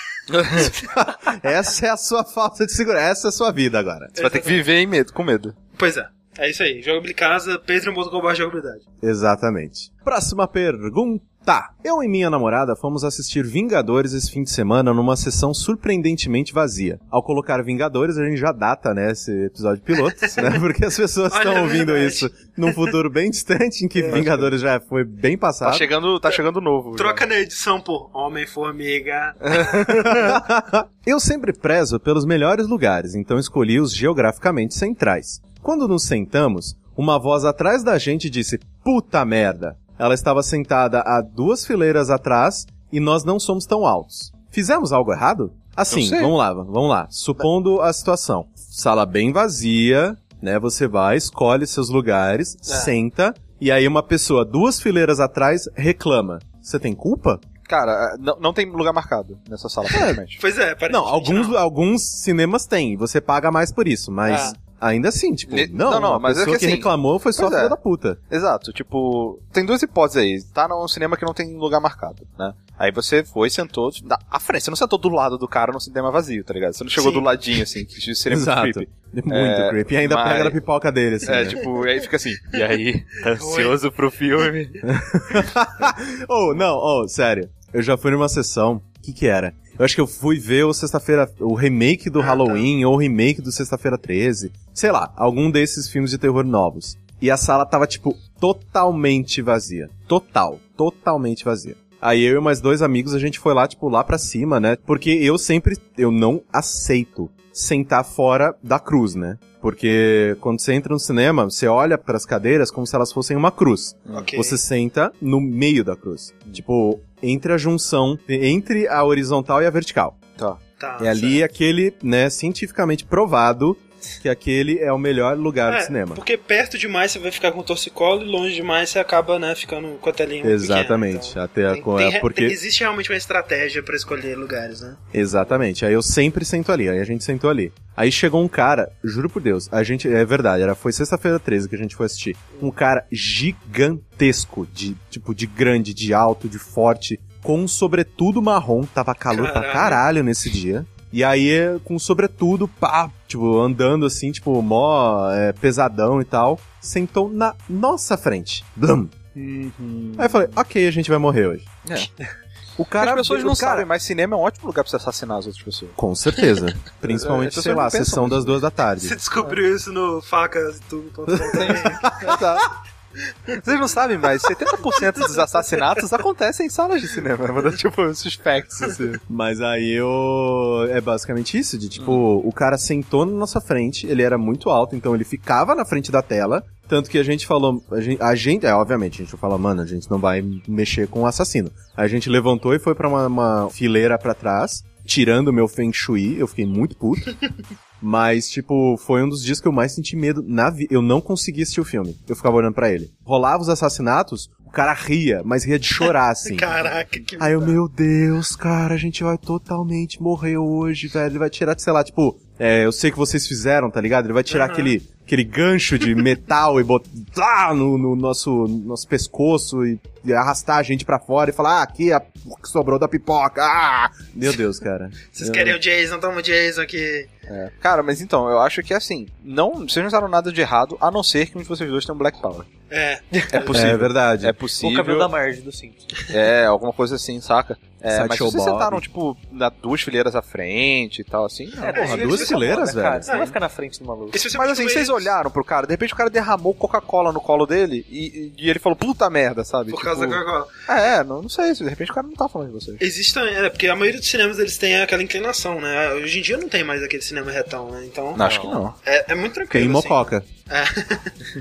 Essa é a sua falta de segurança, essa é a sua vida agora. Você vai ter que viver em medo, com medo. Pois é, é isso aí, jogabilidade casa, patreon.com.br jogabilidade. Exatamente. Próxima pergunta. Eu e minha namorada fomos assistir Vingadores esse fim de semana numa sessão surpreendentemente vazia. Ao colocar Vingadores, a gente já data, né, esse episódio piloto, né? Porque as pessoas Olha, estão é ouvindo verdade. É, isso num futuro bem distante, em que Vingadores já foi bem Tá passado. chegando, tá chegando novo. é. já. Troca na edição por Homem-Formiga. Eu sempre prezo pelos melhores lugares, então escolhi os geograficamente centrais. Quando nos sentamos, uma voz atrás da gente disse: Puta merda! Ela estava sentada a duas fileiras atrás e nós não somos tão altos. Fizemos algo errado? Assim, Não sei. vamos lá, vamos lá. Supondo a situação: sala bem vazia, né? Você vai, escolhe seus lugares, senta, e aí uma pessoa duas fileiras atrás reclama. Você tem culpa? Cara, é, não, não tem lugar marcado nessa sala, praticamente. Pois é, parece Não, alguns, alguns cinemas têm, você paga mais por isso, mas ainda assim, tipo, Ah. Ne- não, não, não, a mas é pessoa que que, assim- reclamou foi só Pois é. filha da puta. Exato, tipo, tem duas hipóteses aí. Tá num cinema que não tem lugar marcado, né? Aí você foi, sentou na- à frente. Você não sentou do lado do cara num cinema vazio, tá ligado? Você não chegou Sim. do ladinho, assim, que isso seria Exato. muito creepy. Muito É, creepy. E ainda mas- pega na pipoca dele, assim. É, né? tipo, aí fica assim. E aí, tá ansioso pro filme? oh, não, oh, sério. Eu já fui numa sessão. O que que era? Eu acho que eu fui ver o sexta-feira, o remake do Ah, tá. Halloween ou o remake do sexta-feira 13, sei lá, algum desses filmes de terror novos. E a sala tava tipo totalmente vazia, total, totalmente vazia. Aí eu e mais dois amigos a gente foi lá tipo lá pra cima, né? Porque eu sempre eu não aceito sentar fora da cruz, né? Porque quando você entra no cinema, você olha pras cadeiras como se elas fossem uma cruz. Ok. Você senta no meio da cruz. Tipo, entre a junção, entre a horizontal e a vertical. Tá, é ali aquele, né, cientificamente provado que aquele é o melhor lugar É, do cinema. Porque perto demais você vai ficar com torcicolo e longe demais você acaba, né, ficando com a telinha muito Exatamente. pequena, até então. a- Tem- com- tem é re- porque tem- existe realmente uma estratégia pra escolher lugares, né? Exatamente. Aí eu sempre sento ali. Aí a gente sentou ali. Aí chegou um cara, juro por Deus, a gente. É verdade, era, foi sexta-feira 13 que a gente foi assistir. Um cara gigantesco, de tipo, de grande, de alto, de forte, com um sobretudo marrom. Tava calor pra Caralho. caralho nesse dia. E aí, é, com um sobretudo, pá, tipo, andando assim, tipo, mó é, pesadão e tal. Sentou na nossa frente. Blum. Aí eu falei, ok, a gente vai morrer hoje. O cara, As pessoas o não cara- sabem, mas cinema é um ótimo lugar pra você assassinar as outras pessoas. Com certeza. As Principalmente, pessoas sei lá, não pensam sessão muito das duas da tarde. Você né? descobriu isso no facasdum.com. Exato. Vocês não sabem, mas 70% dos assassinatos acontecem em salas de cinema. né? Tipo, suspectos, assim. Mas aí eu. É basicamente isso: de tipo, o cara sentou na nossa frente, ele era muito alto, então ele ficava na frente da tela. Tanto que a gente falou. A gente, a gente- é, obviamente, a gente falou, mano, a gente não vai mexer com o assassino. Aí a gente levantou e foi pra uma, uma fileira pra trás, tirando o meu Feng Shui, eu fiquei muito puto. Mas, tipo, foi um dos dias que eu mais senti medo na vida. Eu não conseguia assistir o filme. Eu ficava olhando pra ele. Rolava os assassinatos, o cara ria, mas ria de chorar, assim. Caraca, que Aí eu, meu Deus, cara, a gente vai totalmente morrer hoje, velho. Ele vai tirar, sei lá, tipo, é, eu sei o que vocês fizeram, tá ligado? Ele vai tirar Aham. aquele, aquele gancho de metal e botar no, no nosso, no nosso pescoço e, e arrastar a gente pra fora e falar, ah, aqui é o que sobrou da pipoca. Ah! Meu Deus, cara. Vocês Eu- querem o Jason, toma o Jason aqui. Cara, mas então, eu acho que assim, não, vocês não usaram nada de errado, a não ser que um de vocês dois tenha um Black Power. É, É É possível. verdade. É O cabelo da possível. Marge do Simpsons. É, alguma coisa assim, saca? É, mas se Sideshow vocês Bob. sentaram, tipo, na duas fileiras à frente e tal, assim. não. porra, isso é duas isso que fileiras, incomoda, cara. velho. Você não vai ficar na frente do maluco. Mas assim, vocês olharam pro cara, de repente o cara derramou Coca-Cola no colo dele e, e ele falou, puta merda, sabe? Tipo, Por causa da Coca-Cola. Coca-Cola. É, não, não sei, de repente o cara não tá falando de vocês. Existe também, é, porque a maioria dos cinemas eles têm aquela inclinação, né? Hoje em dia não tem mais aquele cinema retão, né? Então, acho que não. é, é muito Porque tranquilo. em assim. Mococa.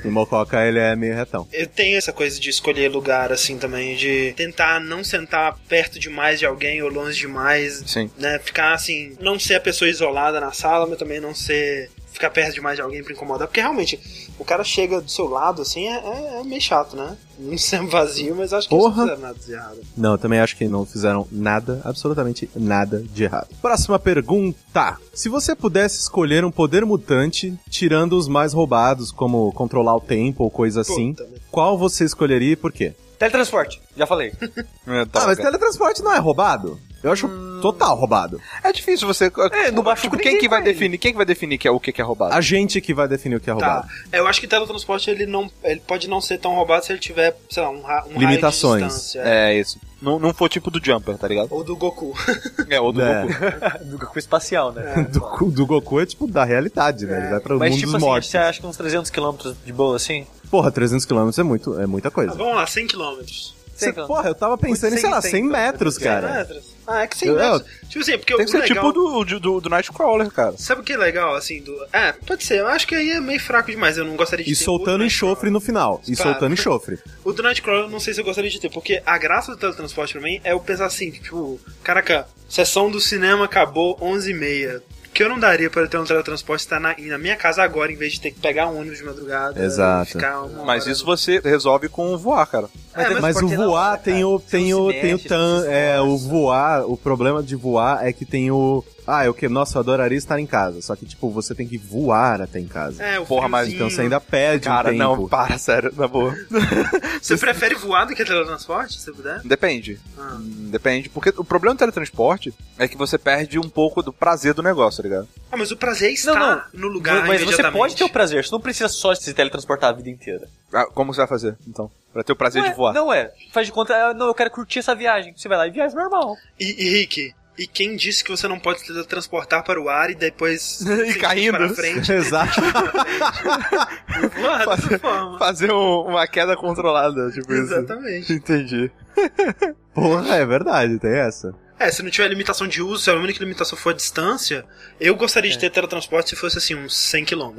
em Mococa ele é meio retão. Eu tenho essa coisa de escolher lugar, assim, também, de tentar não sentar perto demais de alguém ou longe demais, Sim. né? Ficar, assim, não ser a pessoa isolada na sala, mas também não ser... Ficar perto demais de alguém pra incomodar, porque realmente o cara chega do seu lado, assim, é, é- é meio chato, né? Não sendo vazio, mas acho que eles Porra. não fizeram nada de errado. Não, eu também acho que não fizeram nada, absolutamente nada de errado. Próxima pergunta. Se você pudesse escolher um poder mutante, tirando os mais roubados, como controlar o tempo ou coisa assim, Puta, né? qual você escolheria e por quê? Teletransporte, já falei. É, Ah, mas teletransporte não é roubado? Eu acho total roubado. é difícil você. É, no Batuque tipo, quem ninguém que vai vai. definir? Quem que vai definir que é o que que é roubado? A gente que vai definir o que é roubado. Tá. Eu acho que teletransporte ele não, ele pode não ser tão roubado se ele tiver, sei lá, um, ra um Limitações. raio de distância. É isso. Não, não for tipo do Jumper, tá ligado? Ou do Goku. É, ou do É. Goku. Do Goku espacial, né? Do, cu- do Goku é tipo da realidade, né? Ele vai pro Mas mundo tipo dos assim, mortos. você acha que uns 300 km de boa assim? Porra, 300km é, muito, é muita Ah, coisa. vamos lá, 100 km. Você- km. porra, eu tava pensando em, sei lá, 100, 100 metros, 100 cara. Ah, é que 100 Eu- metros. Tipo assim, porque Tem o que ser legal... tipo do, do, do Nightcrawler, cara. Sabe o que é legal, assim, do... É, pode ser. Eu acho que aí é meio fraco demais. Eu não gostaria de E ter soltando o enxofre no final. E Claro. soltando enxofre. O do Nightcrawler eu não sei se eu gostaria de ter, porque a graça do teletransporte pra mim é eu pensar assim, tipo... Caraca, sessão do cinema acabou 11h30. O que eu não daria para ter um teletransporte estar na, na minha casa agora, em vez de ter que pegar um ônibus de madrugada. Exato. e Ficar uma Mas hora isso você resolve com voar, cara. É, mas Mas o porque na voar hora, tem cara, o. você Tem não o, se tem o mexe, tan. você se É, o esforça. voar. O problema de voar é que tem o. Ah, eu que. Nossa, eu adoraria estar em casa. Só que, tipo, você tem que voar até em casa. É, o Porra, mas Então friozinho. você ainda perde Cara, um tempo. não, para, sério, na boa. Você prefere voar do que teletransporte, se puder? Depende. Ah. Hum, Depende. Porque o problema do teletransporte é que você perde um pouco do prazer do negócio, tá ligado? Ah, mas o prazer é estar Não, no lugar Mas você imediatamente. pode ter o prazer, você não precisa só se teletransportar a vida inteira. Ah, como você vai fazer, então? Pra ter o prazer Não é- de voar. Não é, faz de conta, ah, não, eu quero curtir essa viagem. Você vai lá e viaja normal. E, e Rick, e quem disse que você não pode se teletransportar para o ar e depois... seguir caindo. Para frente, Exato. voar dessa forma. Fazer um- uma queda controlada, tipo Exatamente. Entendi. Porra, é verdade, tem essa. É, se não tiver limitação de uso, se a única limitação for a distância, eu gostaria de ter teletransporte se fosse assim, uns 100 km.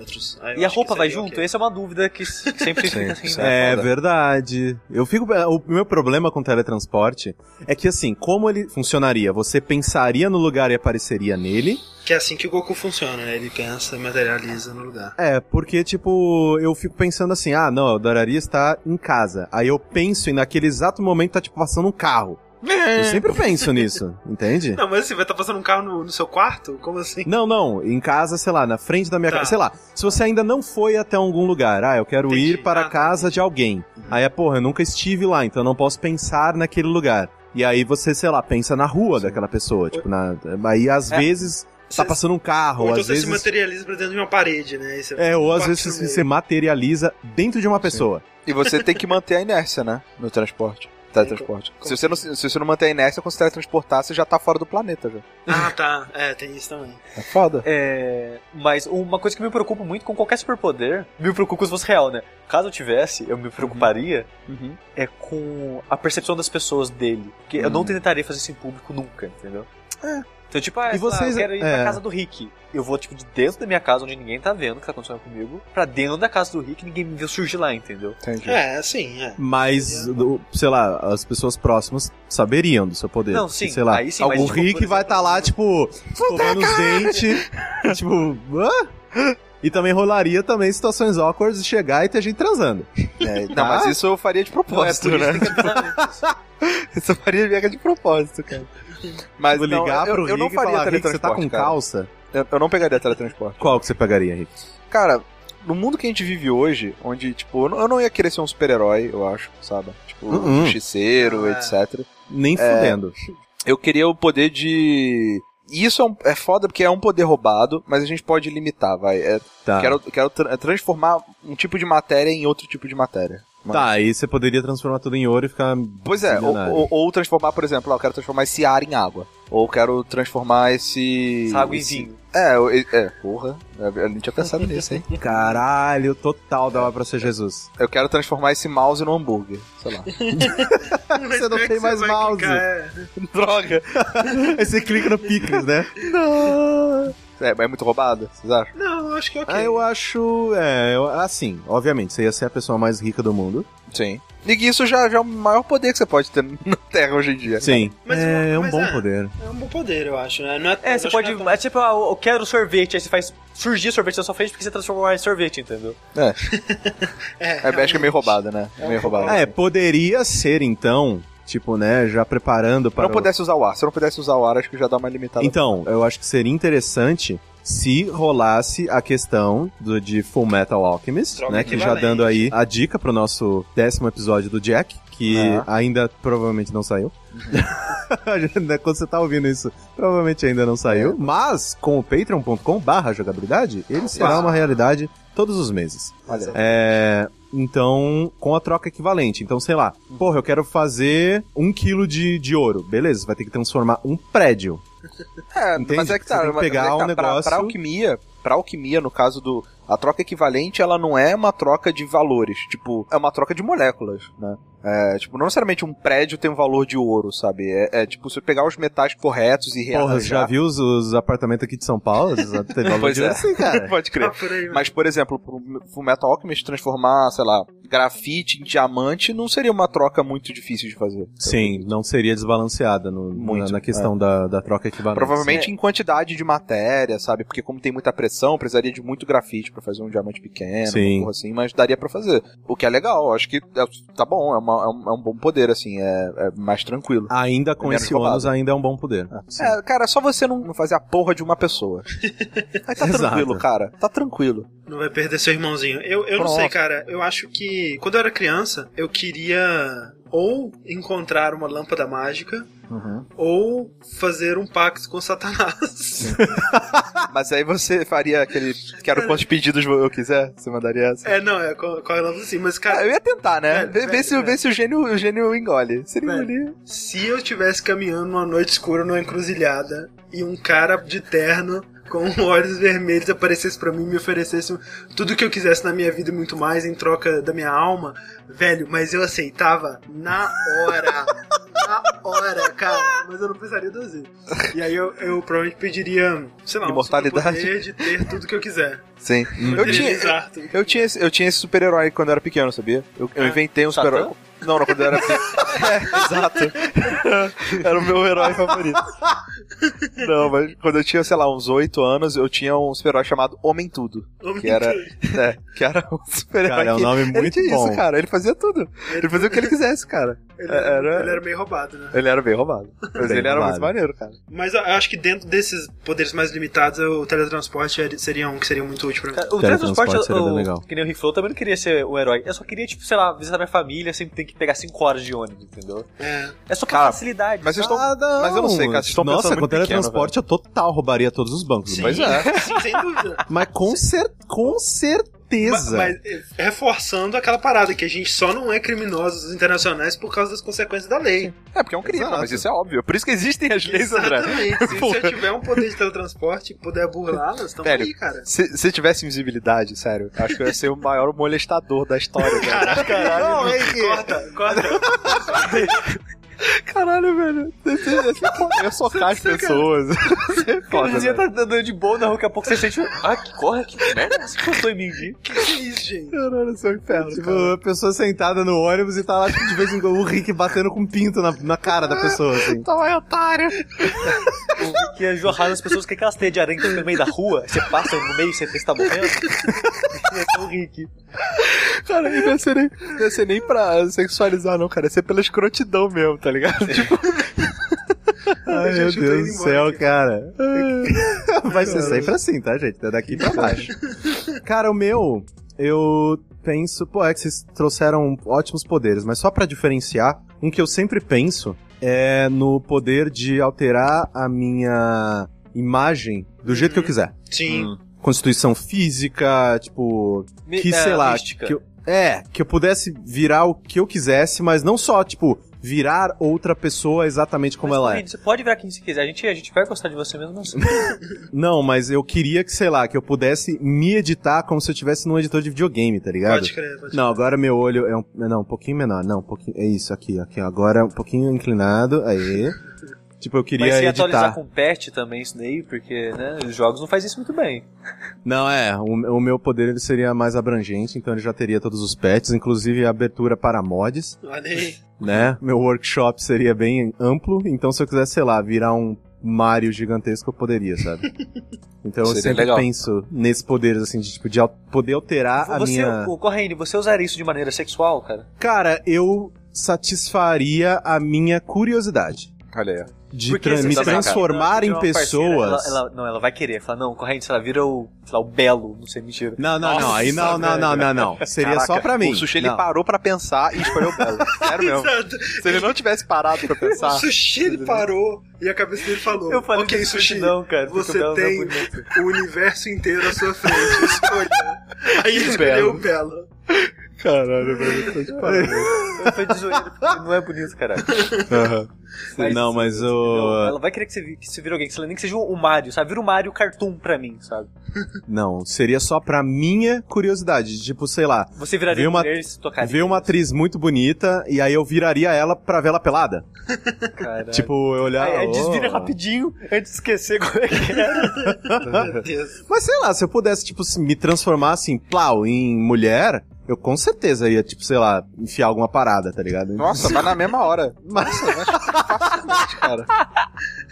E a roupa vai junto? Essa é uma dúvida que s- que sempre fica assim. sim. né? É, foda. verdade. Eu fico. é, O meu problema com teletransporte é que, assim, como ele funcionaria? Você pensaria no lugar e apareceria nele. Que é assim que o Goku funciona, né? Ele pensa, materializa no lugar. É, porque, tipo, eu fico pensando assim, ah, não, eu adoraria estar em casa. Aí eu penso e naquele exato momento tá, tipo, passando um carro. É. Eu sempre penso nisso, entende? Não, mas assim, vai estar passando um carro no, no seu quarto? Como assim? Não, não, em casa, sei lá, na frente da minha Tá. casa, sei lá. Se você ainda não foi até algum lugar, ah, eu quero Entendi. ir para Ah, Uhum. a casa de alguém. Aí é, porra, eu nunca estive lá, então eu não posso pensar naquele lugar. E aí você, sei lá, pensa na rua daquela pessoa, tipo, na... aí às É. vezes Você- tá passando um carro, Ou então às você se vezes... materializa pra dentro de uma parede, né? E você- É, ou às bate no vezes meio. você materializa dentro de uma pessoa. E você tem que manter a inércia, né? No transporte. teletransporte. Se você, não, assim? se você não manter a inércia com se teletransportar, você já tá fora do planeta, velho. Ah, tá. É, tem isso também. É foda. É, mas uma coisa que me preocupa muito com qualquer superpoder, me preocupa se fosse real, né? Caso eu tivesse, eu me preocuparia Uhum. é com a percepção das pessoas dele. Porque eu não Hum. tentaria fazer isso em público nunca, entendeu? Então, tipo, ah, E sei lá, vocês- eu quero ir é. pra casa do Rick. Eu vou, tipo, de dentro da minha casa, onde ninguém tá vendo o que tá acontecendo comigo, pra dentro da casa do Rick, ninguém me viu surgir lá, entendeu? Entendi. É, assim, é. Mas, do- sei lá, as pessoas próximas saberiam do seu poder. Não, sim, Sei lá, aí sim, algum mas, tipo, Rick por vai estar tá lá, tipo, escovando os dentes, tipo, hã? E também rolaria também situações awkward de chegar e ter gente transando. É, não, mas isso eu faria de propósito, Então, é né? por isso que tem que avisar antes. Isso eu faria mega de propósito, cara. Mas Vou Tipo, ligar não, eu, pro eu Rick não e faria falar, Rick, você tá teletransporte, com cara. calça? Eu, eu não pegaria teletransporte. Qual que você pegaria, Rick? Cara, no mundo que a gente vive hoje, onde, tipo, eu não, eu não ia querer ser um super-herói, eu acho, sabe? Tipo, Uh-uh. justiceiro, Ah, é. etc. Nem fudendo. Eu queria o poder de. E Isso é, um- é foda porque é um poder roubado, mas a gente pode limitar, vai. É, Tá. Quero, quero tra- transformar um tipo de matéria em outro tipo de matéria. Tá, aí você poderia transformar tudo em ouro e ficar. Pois é, ou, milionário. ou- ou transformar, por exemplo, ah, eu quero transformar esse ar em água. Ou eu quero transformar esse. Essa água em esse- vinho. É, eu- é, é, porra. Eu eu não tinha pensado nisso, hein? Caralho, total dava pra ser Jesus. Eu quero transformar esse mouse num hambúrguer. Sei lá. Mas não como é tem que mais vai mouse. clicar? É. Droga! aí você clica no Picles, né? Não! É, mas é muito roubado, vocês acham? Não, eu acho que é ok. Ah, eu acho. É, eu- assim, obviamente, você ia ser a pessoa mais rica do mundo. Sim. E que isso já, já é o maior poder que você pode ter na Terra hoje em dia. Sim. Mas é, uma- um mas bom é. poder. É um bom poder, eu acho, né? Não É, eu você acho que pode. não é É tipo, ah, eu quero sorvete, aí você faz surgir sorvete na sua frente porque você transformou em sorvete, entendeu? tão- É, acho que é meio roubado, né? É meio roubado. É, poderia ser então, tipo, né, já preparando Se para. não pudesse usar o ar. Se eu não pudesse usar o ar, acho que já dá uma limitada. Então, eu acho que seria interessante se rolasse a questão do, de Full Metal Alchemist, Droga né? Que já equivalente. dando aí a dica pro nosso décimo episódio do Jack, que Ah. ainda provavelmente não saiu. Quando você tá ouvindo isso, provavelmente ainda não saiu. Mas com o patreon.com barra jogabilidade, ele será uma realidade todos os meses. Olha. É, então, com a troca equivalente. Então, sei lá, porra, eu quero fazer um quilo de, de ouro. Beleza, vai ter que transformar um prédio. É, Entende? mas é que Você tá. tem que mas- pegar mas é que um tá, pra- negócio- Pra, alquimia, pra alquimia, no caso do. A troca equivalente, ela não é uma troca de valores. Tipo, é uma troca de moléculas, né? É, tipo, não necessariamente um prédio tem um valor de ouro, sabe? É, é, tipo, se eu pegar os metais corretos e Porra, rearranjar... já viu os, os apartamentos aqui de São Paulo? Já teve valor Pois de é. ouro assim, cara. Pode crer. Ah, por aí, Mas, por exemplo, pro Fullmetal Alchemist transformar, sei lá, grafite em diamante não seria uma troca muito difícil de fazer. Sim, não seria desbalanceada no, Muito, é. na, na questão da, da troca equivalente. Provavelmente em quantidade de matéria, sabe? Porque como tem muita pressão, precisaria de muito grafite pra fazer um diamante pequeno, Sim. uma porra assim, mas daria pra fazer. O que é legal, acho que é- tá bom, é, uma- é um, é um bom poder, assim, é, é mais tranquilo. Ainda com Menos esse roubado. ônus, ainda é um bom poder. É, cara, é só você não não fazer a porra de uma pessoa. Aí tá Exato. tranquilo, cara. Tá tranquilo. Não vai perder seu irmãozinho. Eu, eu não Pronto. sei, cara. Eu acho que quando eu era criança, eu queria ou encontrar uma lâmpada mágica ou fazer um pacto com Satanás. Mas aí você faria aquele. Quero quantos pedidos eu quiser? Você mandaria essa? é, não, é com, com a lâmpada sim. Mas, Ah, cara, eu ia tentar, né? Velho, Vê, vê velho, se, vê velho. se o gênio, o gênio engole. Se ele Velho. engolir. se eu estivesse caminhando numa noite escura numa encruzilhada e um cara de terno com olhos vermelhos aparecesse pra mim e me oferecesse um- tudo que eu quisesse na minha vida e muito mais em troca da minha alma, velho, mas eu aceitava na hora. na hora, cara. Mas eu não pensaria duas vezes. E aí eu, eu provavelmente pediria, sei lá, Imortalidade? um superpoder de ter tudo que eu quiser. Sim. Eu tinha, eu, Materializar tudo. eu tinha esse, eu tinha esse super-herói quando eu era pequeno, sabia? Eu, Ah. eu inventei um Satã? super-herói. Não, não, quando eu era pequeno. é, exato. era o meu herói favorito. Não, mas quando eu tinha, sei lá, uns 8 anos, eu tinha um super-herói chamado Homem Tudo. Que era, é, que era um super-herói. Cara, é um que- nome ele muito tinha bom. isso, cara. Ele fazia tudo. Ele fazia o que ele quisesse, cara. Ele era, é, era- ele era meio roubado, né? Ele era bem roubado. Mas Bem ele era muito roubado. maneiro, cara. Mas eu acho que dentro desses poderes mais limitados, o teletransporte era- seria um que seria muito útil pra mim. Cara, O Teletransporte teletransporte, seria bem legal. eu, que nem o Rick falou, eu também não queria ser um herói. Eu só queria, tipo, sei lá, visitar minha família sem ter que pegar 5 horas de ônibus, entendeu? É. É só pra Cara, facilidade. Mas vocês estão. Ah, não. Mas eu não sei, cara, vocês estão pensando Nossa, com muito teletransporte eu total roubaria todos os bancos. Sim, Mas, é. sim, sem dúvida. mas com, cer com certeza. Mas, mas, é, reforçando aquela parada que a gente só não é criminosos internacionais por causa das consequências da lei. É, porque é um crime, Exato. mas isso é óbvio. Por isso que existem as leis, André. Exatamente. Se, Porra. eu tiver um poder de teletransporte e puder burlá-las, tamo Velho, aí, cara. Se, se eu tivesse invisibilidade, sério, acho que eu ia ser o maior molestador da história, cara. Caralho, Não, é que- Corta, corta. caralho, velho. Esse- esse é foda. Eu ia socar as pessoas. Isso é foda, Você velho. tá andando de boa, na rua, daqui a pouco você sente. um- Ah, que corre, que merda, você encostou em mim, gente. que que é isso, gente? Caralho, seu inferno. Tipo, a pessoa sentada no ônibus e tá lá tipo, de vez em um quando o Rick batendo com pinto na, na cara da pessoa, assim. Toma, otário. Que é jorrada as pessoas, o que que elas têm de aranha que fica no meio da rua? Você passa no meio e você pensa que tá morrendo? Esse é o Rick. Cara, não ia, ser nem, não ia ser nem pra sexualizar, não, cara. Ia ser pela escrotidão mesmo, tá ligado? Tipo, Ai, meu Gente, eu tô Deus do indo embora céu, aqui. cara. Vai ser sempre assim, tá, gente? É daqui pra baixo. Cara, o meu, eu penso. Pô, é que vocês trouxeram ótimos poderes, mas só pra diferenciar, um que eu sempre penso é no poder de alterar a minha imagem do jeito que eu Uhum. quiser. Sim. Constituição física, tipo, Me- que, é, sei lá, mística. que eu, é, que eu pudesse virar o que eu quisesse, mas não só, tipo, virar outra pessoa exatamente como Mas, ela é. Luigi, Você pode virar quem você quiser. A gente, a gente vai gostar de você mesmo assim. Não, mas eu queria que, sei lá, que eu pudesse me editar como se eu estivesse num editor de videogame, tá ligado? Pode crer, pode crer. Não, agora meu olho é um. Não, um pouquinho menor. Não, um pouquinho. É isso, aqui, aqui. Agora um pouquinho inclinado. Aí. Tipo, eu queria Mas se editar. atualizar com patch também isso daí, porque, né, os jogos não fazem isso muito bem. Não, é. O, o meu poder ele seria mais abrangente, então ele já teria todos os pets, inclusive a abertura para mods. Olha aí. né? Meu workshop seria bem amplo, então se eu quisesse, sei lá, virar um Mario gigantesco, eu poderia, sabe? Então eu Seria sempre legal. penso nesses poderes, assim, de tipo, de al- poder alterar a você, minha. o Corrêne, você usaria isso de maneira sexual, cara? Cara, eu satisfaria a minha curiosidade. Olha aí. De Porque tra- você tá me sabe, cara, transformar ela- em ela tiver uma parceira, pessoas. ela- ela- não, ela vai querer. Falar, não, Corrêne, sei lá, vira o, sei lá, o Belo, não sei, mentira. Não, não, não. Nossa, Aí não, não, não, Ah, não, não. Seria só Caraca, pra mim. O sushi ele não. parou pra pensar e escolheu o Belo. Sério mesmo. Exato. Se ele não tivesse parado pra O pensar. sushi ele parou e a cabeça dele falou: Eu falei Ok, que sushi, não, cara. porque você o Belo não é tem bonito." o universo inteiro à sua frente. Escolha. Aí ele escolheu o Belo. Caralho, velho. Tô de Foi de zoeira, porque não é bonito, caralho. Aham. Não, mas o. Ela vai querer que você, vi- que você vire alguém, que você, nem que seja o Mario, sabe? Vira o Mario Cartoon pra mim, sabe? Não, seria só pra minha curiosidade. Tipo, sei lá, Você viraria Vê uma- mulher e se tocaria. ver uma atriz muito bonita e aí eu viraria ela pra ver ela pelada. Caralho. Tipo, eu olhar. É. Aí, aí oh. desvira rapidinho antes de esquecer como é que é. Meu Deus. Mas sei lá, se eu pudesse, tipo, se me transformar assim, plau, em mulher, eu com certeza ia, tipo, sei lá, enfiar alguma parada, tá ligado? Nossa, mas na mesma hora. Nossa, eu acho facilmente, cara.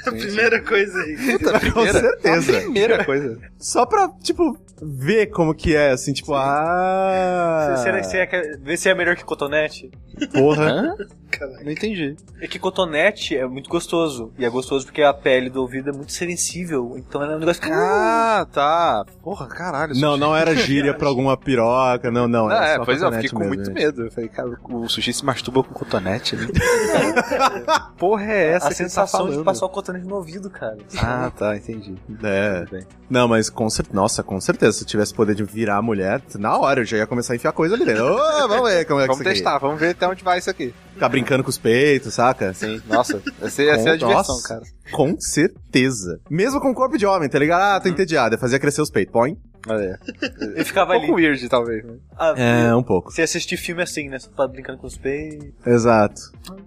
A primeira coisa é aí. Puta, com primeira, certeza. a primeira coisa. Só pra, tipo, ver como que é, assim, tipo, ah. Será que você é, que- vê se é melhor que cotonete? Porra. Caralho. Não entendi. É que cotonete é muito gostoso. E é gostoso porque a pele do ouvido é muito sensível. Então é um negócio que. Ah, tá. Porra, caralho. Não, não era gíria pra alguma piroca, não, não. Não, era é, só pois é, eu cotonete fiquei com mesmo, muito gente. medo. Eu falei, cara, o sushi se masturba com cotonete, né? Porra, é essa a que ele sensação tá de falando? passar o cotonete no ouvido, cara. Ah, tá, entendi. É. Tudo bem. Não, mas com certeza. Nossa, com certeza. Se eu tivesse poder de virar mulher, na hora eu já ia começar a enfiar coisa ali dentro. Ô, vamos ver como é que Vamos isso aqui- testar, vamos ver até onde vai isso aqui. Ficar brincando com os peitos, saca? Sim, nossa, essa, essa é a Com- diversão, nossa. cara. Com certeza. Mesmo com o corpo de homem, tá ligado? Ah, Uhum. tô entediado. É fazer crescer os peitos. Põe? Olha, Eu ficava um ali. pouco weird, talvez. né? Ah, É, um pouco. Você assistir filme assim, né? Você tá brincando com os peitos. Exato.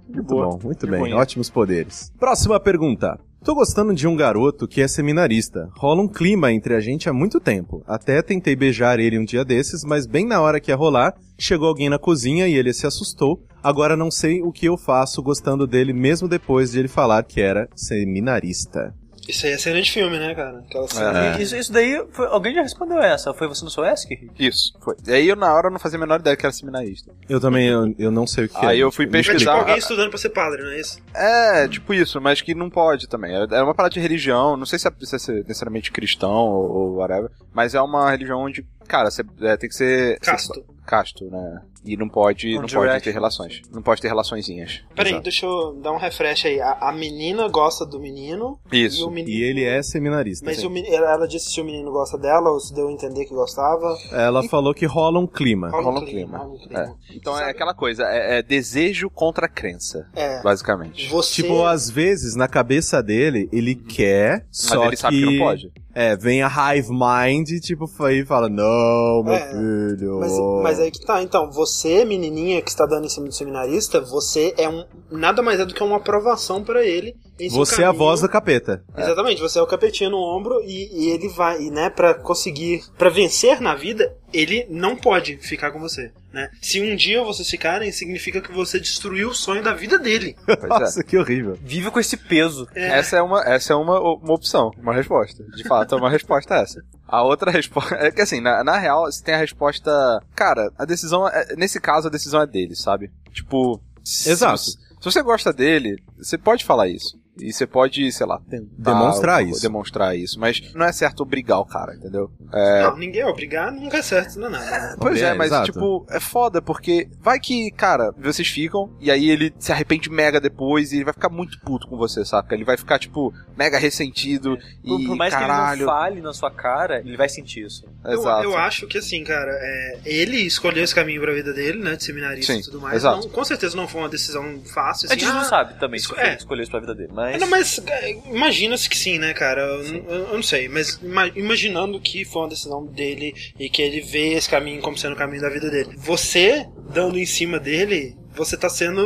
Muito boa. bom, muito De bem. boinha. Ótimos poderes. Próxima pergunta. Tô gostando de um garoto que é seminarista. Rola um clima entre a gente há muito tempo. Até tentei beijar ele um dia desses, mas bem na hora que ia rolar, chegou alguém na cozinha e ele se assustou. Agora não sei o que eu faço gostando dele mesmo depois de ele falar que era seminarista. Isso aí é cena de filme, né, cara? Aquela cena. É. E Isso, isso daí, foi- alguém já respondeu essa. Foi você no seu ESC? Isso, foi. E aí eu, na hora, não fazia a menor ideia que era seminarista. Eu também, eu, eu não sei o que Aí é. eu fui Me É tipo pesquisar. explica. alguém estudando pra ser padre, não é isso? É, tipo isso, mas que não pode também. Era era uma parada de religião, não sei se é, se é necessariamente cristão ou, ou whatever, mas é uma religião onde, cara, você é, tem que ser. Casto. ser- casto, né? E não pode, Um não pode direct. ter relações. Não pode ter relaçõezinhas. Peraí, Exato. deixa eu dar um refresh aí. A, a menina gosta do menino. E, o Isso. menino, E ele é seminarista. Mas sim. o meni- ela ela disse se o menino gosta dela ou se deu a entender que gostava. Ela falou que rola um clima. Rola um clima. rola um clima. Então é Sabe- aquela coisa, é, é desejo contra crença, É. basicamente. Você. Tipo, às vezes, na cabeça dele, ele quer, Uhum. Mas só ele sabe que não pode. É, vem a hive mind e tipo, fa- e fala, não, meu É, filho. Mas, mas aí que tá, então, você, menininha que está dando em cima do seminarista, você é um. Nada mais é do que uma aprovação pra ele. em seu Você é a caminho. voz do capeta. Exatamente, você é o capetinho no ombro e, e ele vai, e, né, pra conseguir, pra vencer na vida, ele não pode ficar com você, né? Se um dia vocês ficarem, significa que você destruiu o sonho da vida dele. Pois é. Nossa, que horrível. Vive com esse peso. Essa é, uma, essa é uma, uma opção, uma resposta. De fato, é uma resposta essa. A outra resposta. É que assim, na, na real, você tem a resposta. Cara, a decisão. é- Nesse caso, a decisão é dele, sabe? Tipo. se- Exato. Se, você gosta dele, você pode falar isso. E você pode, sei lá, tentar Demonstrar isso. Demonstrar isso. Mas não é certo obrigar o cara, entendeu? Não, ninguém é obrigado, nunca é certo, não é nada. né? Pois Também, é, mas exato. tipo, é foda, porque vai que, cara, vocês ficam, e aí ele se arrepende mega depois, e ele vai ficar muito puto com você, saca? Ele vai ficar, tipo, mega ressentido, Por, e por mais que ele caralho. não fale na sua cara, ele vai sentir isso. Eu, exato. eu acho que assim, cara, é, ele escolheu esse caminho pra vida dele, né? De seminarista Sim, e tudo mais. exato. Não, com certeza não foi uma decisão fácil. a Assim, gente não ah, sabe também se esco- foi ele é. que escolheu isso pra vida dele, mas... Não, mas é, imagina-se que sim, né, cara? Eu, eu- eu não sei, mas ima- imaginando que foi uma decisão dele e que ele vê esse caminho como sendo o caminho da vida dele. Você dando em cima dele, você tá sendo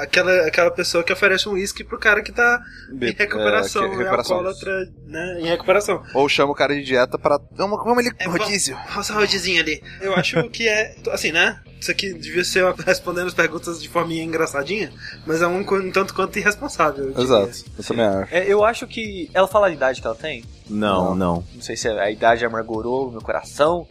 aquela, aquela pessoa que oferece um uísque pro cara que tá em recuperação, É, é, que- recuperação. alcoólatra, né? Em recuperação. Ou chama o cara de dieta pra. Vamos, vamos ele. É, rodízio. Nossa, rodinha ali. Eu acho que é. Assim, né? Isso aqui devia ser uma- respondendo as perguntas de forminha engraçadinha, mas é um co- um tanto quanto irresponsável. eu diria. Exato. Eu também acho. É, eu acho que... Ela fala a idade que ela tem? Não, não. Não sei se a idade amargurou meu coração,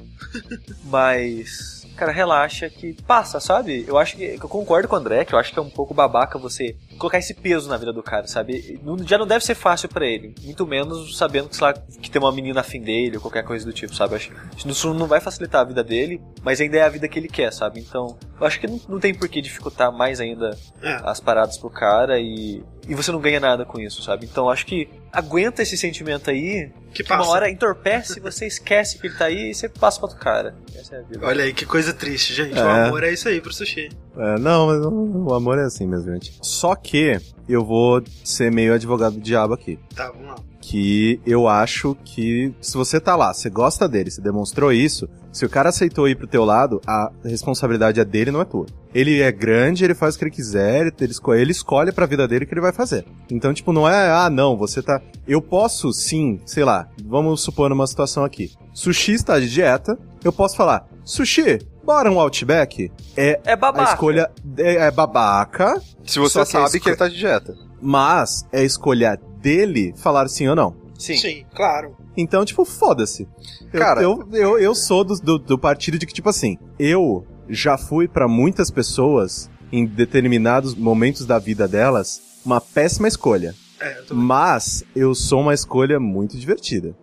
mas. Cara, relaxa que passa, sabe? Eu acho que. que Eu concordo com o André, que eu acho que é um pouco babaca você colocar esse peso na vida do cara, sabe? Não- já não deve ser fácil pra ele. Muito menos sabendo que, sei lá, que tem uma menina afim dele ou qualquer coisa do tipo, sabe? Eu acho que isso não vai facilitar a vida dele, mas ainda é a vida que ele quer, sabe? Então, eu acho que não, não tem por que dificultar mais ainda É. as paradas pro cara e. E você não ganha nada com isso, sabe? Então eu acho que aguenta esse sentimento aí Que que uma passa. hora entorpece, você esquece que ele tá aí e você passa pra outro cara. Essa é a vida. Olha aí, que coisa triste, gente. O É. amor é isso aí pro sushi. É, não, mas o o amor é assim mesmo, gente. Só que eu vou ser meio advogado do diabo aqui. Tá, vamos lá. que eu acho que se você tá lá, você gosta dele, você demonstrou isso, se o cara aceitou ir pro teu lado, a responsabilidade é dele, não é tua. Ele é grande, ele faz o que ele quiser, ele- ele escolhe, ele escolhe pra vida dele o que ele vai fazer. Então, tipo, não é, ah, não, você tá... Eu posso, sim, sei lá, vamos supor uma situação aqui. Sushi está de dieta, eu posso falar, Sushi, bora um Outback? É É a babaca. escolha... É, é babaca, Se Só você que sabe esse- que ele tá de dieta. mas é a escolha dele falar sim ou não. Sim. claro. Então, tipo, foda-se. Eu- Cara- eu, eu, eu sou do, do, do partido de que, tipo assim, eu já fui pra muitas pessoas, em determinados momentos da vida delas, uma péssima escolha. É, eu tô... Mas eu sou uma escolha muito divertida.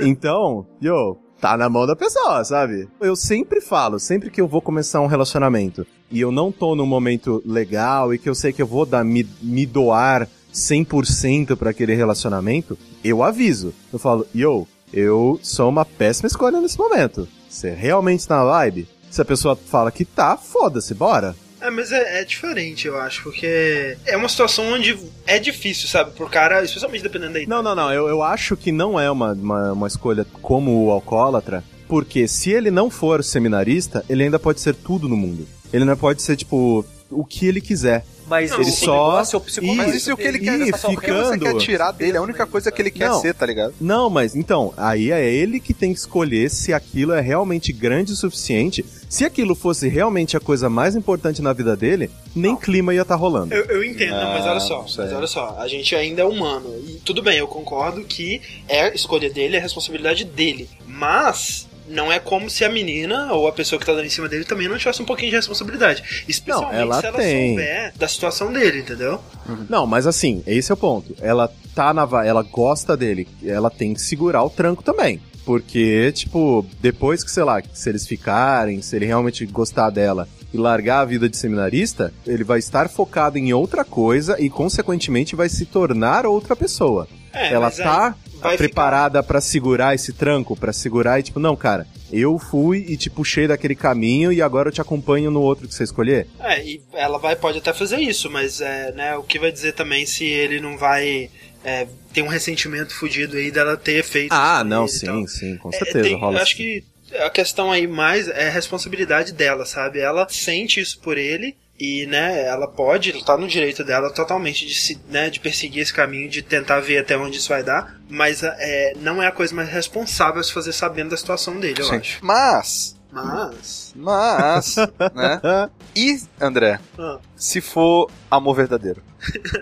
então, yo, tá na mão da pessoa, sabe? Eu sempre falo, sempre que eu vou começar um relacionamento e eu não tô num momento legal e que eu sei que eu vou dar, me, me doar 100% pra aquele relacionamento, eu aviso. Eu falo, yo, eu sou uma péssima escolha nesse momento. Você realmente tá na vibe? Se a pessoa fala que tá, foda-se, bora. É, mas é, é diferente, eu acho, porque é uma situação onde é difícil, sabe? Pro cara, especialmente dependendo da idade. Não, não, não. Eu, eu acho que não é uma, uma, uma escolha como o alcoólatra, porque se ele não for seminarista, ele ainda pode ser tudo no mundo. Ele ainda pode ser, tipo. O que ele quiser. Mas Não, ele o só- negócio é o psicopata. Mas isso é o que ele Ih, quer. ih, Só o que você ficando. quer tirar dele, é a única coisa que ele quer Não. ser, tá ligado? Não, mas então, aí é ele que tem que escolher se aquilo é realmente grande o suficiente. Se aquilo fosse realmente a coisa mais importante na vida dele, nem clima ia estar rolando. Eu, eu entendo, não, mas Ah, olha só, não sei. mas olha só, a gente ainda é humano. E tudo bem, eu concordo que é a escolha dele, é a responsabilidade dele. Mas não é como se a menina ou a pessoa que tá dando em cima dele também não tivesse um pouquinho de responsabilidade. Especialmente ela se ela tem. souber da situação dele, entendeu? Não, mas assim, esse é o ponto. Ela tá na va- ela gosta dele, ela tem que segurar o tranco também. Porque, tipo, depois que, sei lá, se eles ficarem, se ele realmente gostar dela e largar a vida de seminarista, ele vai estar focado em outra coisa e, consequentemente, vai se tornar outra pessoa. É, Ela mas aí tá vai preparada pra segurar esse tranco, pra segurar e, tipo, não, cara, eu fui e te puxei daquele caminho e agora eu te acompanho no outro que você escolher. É, e ela vai, pode até fazer isso, mas é, né, o que vai dizer também se ele não vai é, ter um ressentimento fudido aí dela ter feito. Ah, isso não, com ele e tal. sim, sim, com É, certeza tem- rola. Eu sim. acho que a questão aí mais é a responsabilidade dela, sabe? Ela sente isso por ele e, né, ela pode, ela tá no direito dela totalmente de se, né, de perseguir esse caminho, de tentar ver até onde isso vai dar, mas é, não é a coisa mais responsável a se fazer sabendo da situação dele, eu Sim. acho. Mas, Mas. mas, né? Ah, E, André, ah, se for amor verdadeiro?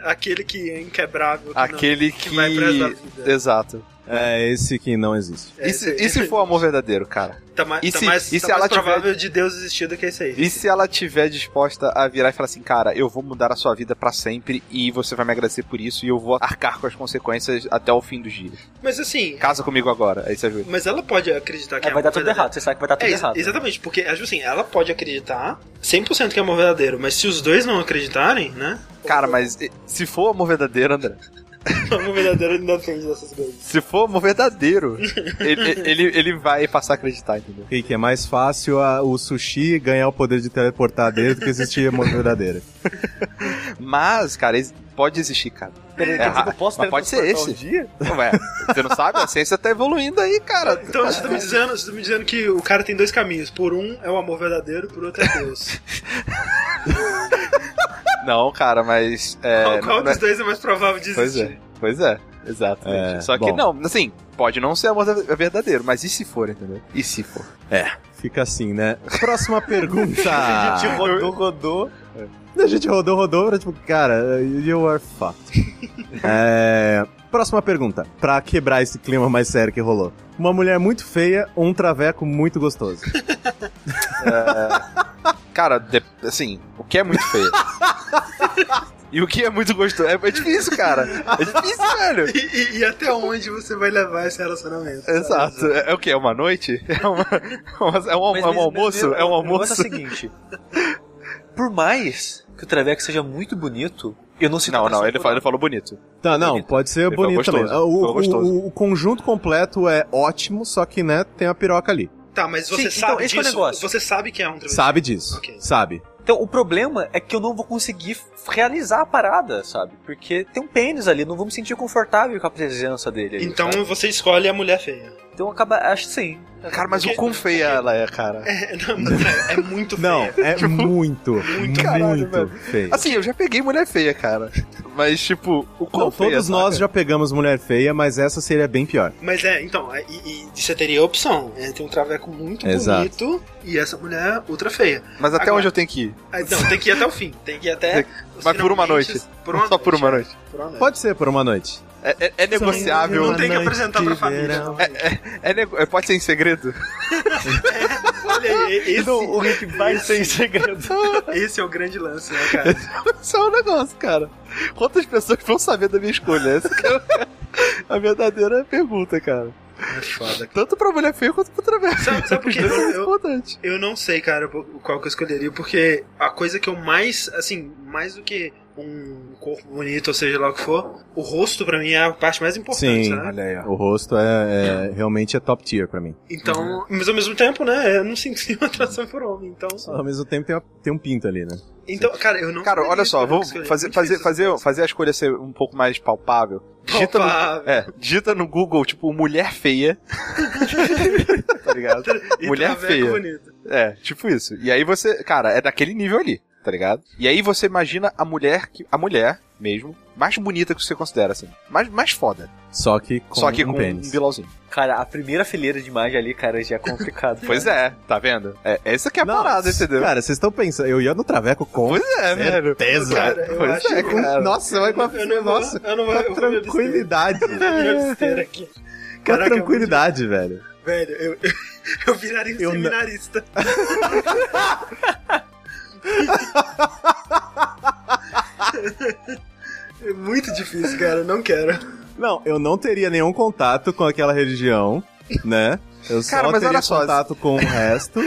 aquele que é inquebrável. que não- Aquele que. que vai pro resto da vida. Exato. é esse que não existe. É, e, se, esse- e se for amor verdadeiro, cara? Tá, ma E tá se- mais, e tá se ela mais tiver- provável de Deus existir do que isso aí. E se ela tiver disposta a virar e falar assim, cara, eu vou mudar a sua vida pra sempre e você vai me agradecer por isso e eu vou arcar com as consequências até o fim dos dias. Mas assim, Casa comigo agora, aí você ajuda. mas ela pode acreditar que É, vai dar tudo verdadeiro. errado, você sabe que vai dar tudo É, ex- errado. né? exatamente, porque acho assim, ela pode acreditar 100% que é amor verdadeiro, mas se os dois não acreditarem, né? Cara, mas e- se for amor verdadeiro, André, O amor verdadeiro não depende dessas coisas. se for amor verdadeiro, ele, ele, ele vai passar a acreditar, entendeu? E que é mais fácil a- o sushi ganhar o poder de teleportar dele do que existir amor verdadeiro. Mas, cara, ex- pode existir, cara. Peraí, É, eu posso mas ter pode ser esse. transportar um dia? Ué, você não sabe? A ciência tá evoluindo aí, cara. Então você tá, me dizendo, você tá me dizendo que o cara tem dois caminhos. Por um é o amor verdadeiro, por outro é Deus. Não, cara, mas. é, qual qual não- dos dois é mais provável de Pois existir? é, pois é, exatamente. É, Só que bom. não, assim, pode não ser amor verdadeiro, mas e se for, entendeu? E se for? Fica assim, né? Próxima pergunta. Ah. A gente rodou, rodou. A gente rodou, rodou, era tipo, cara, you are fucked. É, Próxima pergunta, pra quebrar esse clima mais sério que rolou. Uma mulher muito feia ou um traveco muito gostoso? Cara, de- assim, o que é muito feio? e o que é muito gostoso? É, é difícil, cara. É difícil, velho. E, e- e até onde você vai levar esse relacionamento? sabe? Exato. É, é o que? É uma noite? É, uma, é um, Mas- é um almoço? mas- mas- é um o negócio almoço? É o seguinte: por mais que o Traveco seja muito bonito, eu não sinto Não, atração não, ele por falou, ele falou bonito. Tá, não, Bonito. pode ser Ele bonito falou também. gostoso, O- falou gostoso. o- o conjunto completo é ótimo, só que, né, tem a piroca ali. Tá, mas você Sim, então, sabe esse que é o disso? negócio. Você sabe que é um travesti. Sabe disso, Ok. sabe. Então, o problema é que eu não vou conseguir realizar a parada, sabe? Porque tem um pênis ali, não vou me sentir confortável com a presença dele. ali, Então sabe? você escolhe a mulher feia. Então acaba. Acho que sim. Cara, mas o Porque- quão feia ela é, cara. É, não, mas é, é muito feia. Não, é muito, muito, Tipo, caralho, velho. feio. Assim, eu já peguei mulher feia, cara. Mas, tipo, o quão Não, feia todos nós já pegamos mulher feia, mas essa seria bem pior. Mas é, então, é, e, e você teria a opção. É, tem um traveco muito Exato. bonito e essa mulher ultra feia. Mas até Agora- onde eu tenho que ir? Ah, Então, tem que ir até o fim. Tem que ir até. os Mas por uma finalmente, noite. Por uma Só por uma noite. é, por uma noite. Pode ser por uma noite. É, é- é negociável. Não tem que apresentar pra família. É, é- é nego- é- pode ser em segredo? Olha aí, esse, Rick vai ser segredo. esse é o grande lance, né, cara? Isso é um negócio, cara. Quantas pessoas vão saber da minha escolha? Essa que é a verdadeira pergunta, cara. É foda. Tanto pra mulher feia quanto pra travessa. Sabe, sabe por quê? Isso é Eu, importante. Eu não sei, cara, qual que eu escolheria, porque a coisa que eu mais, assim, mais do que um corpo bonito, ou seja lá o que for, o rosto pra mim é a parte mais importante, Sim, né? olha aí. ó. O rosto é, é- realmente é top tier pra mim. Uhum. Então, mas ao mesmo tempo, né, eu não senti uma atração por homem, então... Ao mesmo tempo tem, uma- tem um pinto ali, né? Então, cara, eu não Cara, saberia olha escolher só, o vou que escolher, fazer, muito fazer, difícil. fazer, fazer a escolha ser um pouco mais palpável. Digita no, Palpável. é, digita no Google, tipo, mulher feia. tá ligado? E mulher traveco feia. bonito. É, tipo isso. E aí você, cara, é daquele nível ali, tá ligado? E aí você imagina a mulher que a mulher mesmo mais bonita que você considera assim, mais mais foda, Só que com só que um com um pênis. bilauzinho. Cara, a primeira fileira de imagem ali, cara, já é complicado. Pois é, tá vendo? É, essa que é a Não, parada, entendeu? Cara, vocês estão pensando, eu ia no traveco com pois é, velho. certeza. Cara, eu pois acho é, que- cara. Nossa, vai com a Eu não vou, nossa, eu não com vou, a eu vou me abster. tranquilidade. Eu vou me abster aqui. Com a Caraca, tranquilidade, velho. Velho, eu, eu, eu viraria um Eu não- seminarista. é muito difícil, cara. eu Não quero. Não, eu não teria nenhum contato com aquela religião. né? Eu Cara, só mas teria olha só, contato com o resto.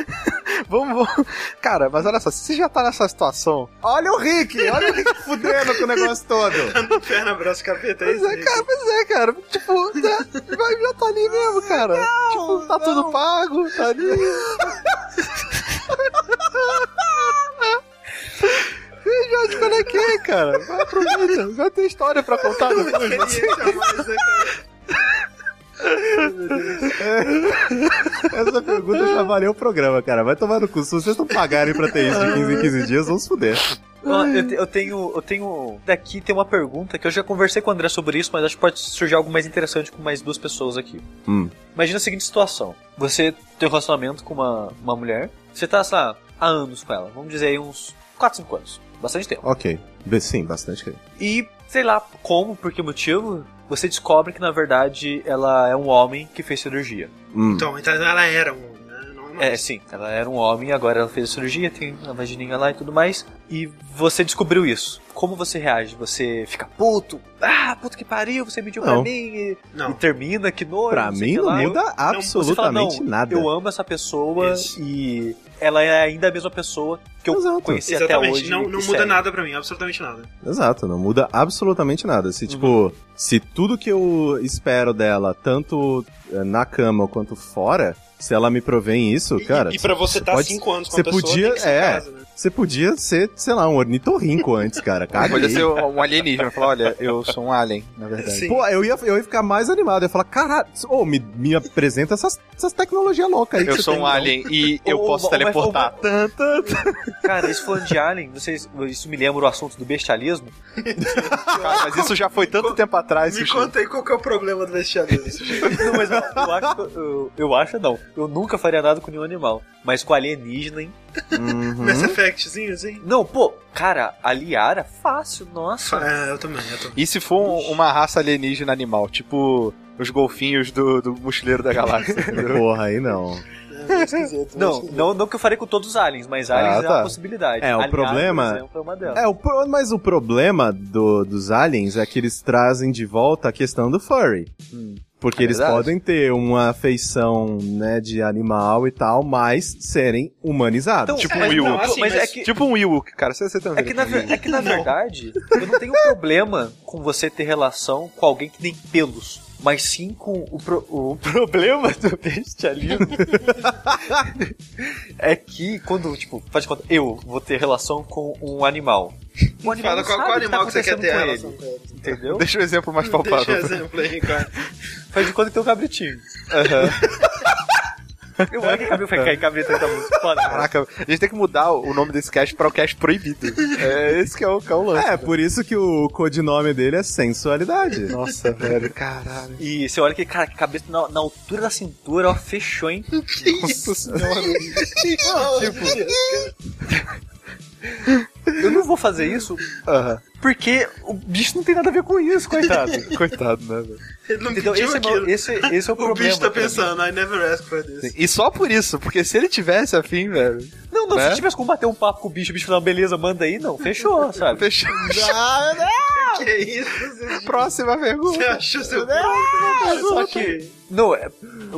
Vamos, vamos. Cara, mas olha só, se você já tá nessa situação, olha o Rick, olha o Rick fudendo com o negócio todo. Perna, braço, capeta, é Pois isso? é, cara, pois é, cara. Tipo, já, vai- já tá ali mesmo, cara. tipo, tá tudo pago, tá ali. E já desconectei, é cara. Vai, Aproveita, vai ter história pra contar né? depois. Experiência a mais, né, cara? Essa pergunta já valeu o programa, cara. Vai tomar no cu. Se vocês não pagarem pra ter isso de 15 em 15 dias, vamos fuder. Ó, Eu, te- eu tenho. Eu tenho. Daqui tem uma pergunta que eu já conversei com o André sobre isso, mas acho que pode surgir algo mais interessante com mais duas pessoas aqui. Hum. Imagina a seguinte situação: você tem um relacionamento com uma, uma mulher, você tá, sei lá, há anos com ela, vamos dizer aí uns 4, 5 anos. Bastante tempo. Ok. Be- Sim, bastante. creio. E, sei lá como, por que motivo, você descobre que na verdade ela é um homem que fez cirurgia. Hum. Então, então ela era um. né? Não é mais. É, sim, ela era um homem, agora ela fez a cirurgia, tem a vagininha lá e tudo mais. E você descobriu isso. Como você reage? Você fica puto? Ah, puto que pariu, você mediu pra Não. mim e, e Não. termina, que nojo. Pra sei mim que não lá. Então, muda Você fala, absolutamente não, nada. Eu amo essa pessoa Isso. e ela é ainda a mesma pessoa que eu Exato. conheci Exatamente, até hoje. é. não, e não muda segue. nada pra mim, absolutamente nada. Exato, não muda absolutamente nada. Se, tipo, se tudo que eu espero dela, tanto eh, na cama quanto fora, se ela me provém isso, E- cara. e, pra você tá estar pode- 5 anos com você a pessoa, podia- tem que ser é. casa, né? Você podia ser, sei lá, um ornitorrinco antes, cara. Podia ser Caguei. um alienígena. Falar, olha, eu sou um alien, na verdade. Sim. Pô, eu ia, eu ia ficar mais animado. Eu ia falar, caralho, ô, me, me apresenta essas, essas tecnologias loucas aí. que Eu você sou tem, um então." alien e eu Ou- posso ou- ou- teleportar. ou- Cara, isso falando de Alien, vocês, isso me lembra o assunto do bestialismo. Cara, mas isso já foi tanto tempo atrás. Me Sushi. conta aí qual que é o problema do vestiário Não, mas eu, eu acho. que Eu, eu acho não. Eu nunca faria nada com nenhum animal. Mas com alienígena, hein? Uhum. Mass Effectzinho, assim? Não, pô, cara, a Liara, fácil, nossa. Ah, eu também, eu também. E se for um- uma raça alienígena animal, tipo os golfinhos do, do Mochileiro da Galáxia? entendeu? Porra, aí não. É, Não, não, não que eu faria com todos os aliens, mas aliens Ah, é tá. uma possibilidade. É, o Aliara, problema- Por exemplo, é uma delas. É, o pro- mas o problema do- dos aliens é que eles trazem de volta a questão do furry. Porque É eles verdade. podem ter uma afeição, né, de animal e tal, mas serem humanizados. Então, tipo mas, um Will. não, assim, mas, Mas é que- que. Tipo um Ewok, cara. Você, você tem um É que, na, ver- é que na tipo Não. verdade, eu não tenho problema com você ter relação com alguém que tem pelos, mas sim com o, pro- o problema do bestialismo. é que quando, tipo, faz de conta, eu vou ter relação com um animal. O animal Fala não qual, sabe qual o que tá animal que você quer ter acontecendo relação com ele, com ele. Entendeu? Deixa o exemplo mais Deixa palpável. um exemplo aí, cara. Faz de conta que tem um cabritinho. Eu olho que cabelo foi cair cabrito aí da música. Foda, né?" cara. Caraca, a gente tem que mudar o nome desse cast pra o cast proibido. É esse que é o, que é o lance. É, por isso que o codinome dele é sensualidade. Nossa, velho, caralho. E você olha que, cara, que cabeça na, na altura da cintura, ó, fechou, hein? Nossa senhora. Eu não vou fazer isso Aham. Porque o bicho não tem nada a ver com isso, coitado. Coitado, né, velho? Ele não Entendeu? pediu Esse é, o aquilo. meu- esse, esse é o o problema. bicho tá pra mim. pensando, I never asked for this. E só por isso, porque se ele tivesse afim, velho. Não, não, Né? se você tivesse como bater um papo com o bicho, o bicho falar, beleza, manda aí, não, fechou, sabe? Fechou. Que isso? Você- Próxima Você pergunta. achou seu... Só que. Não, é-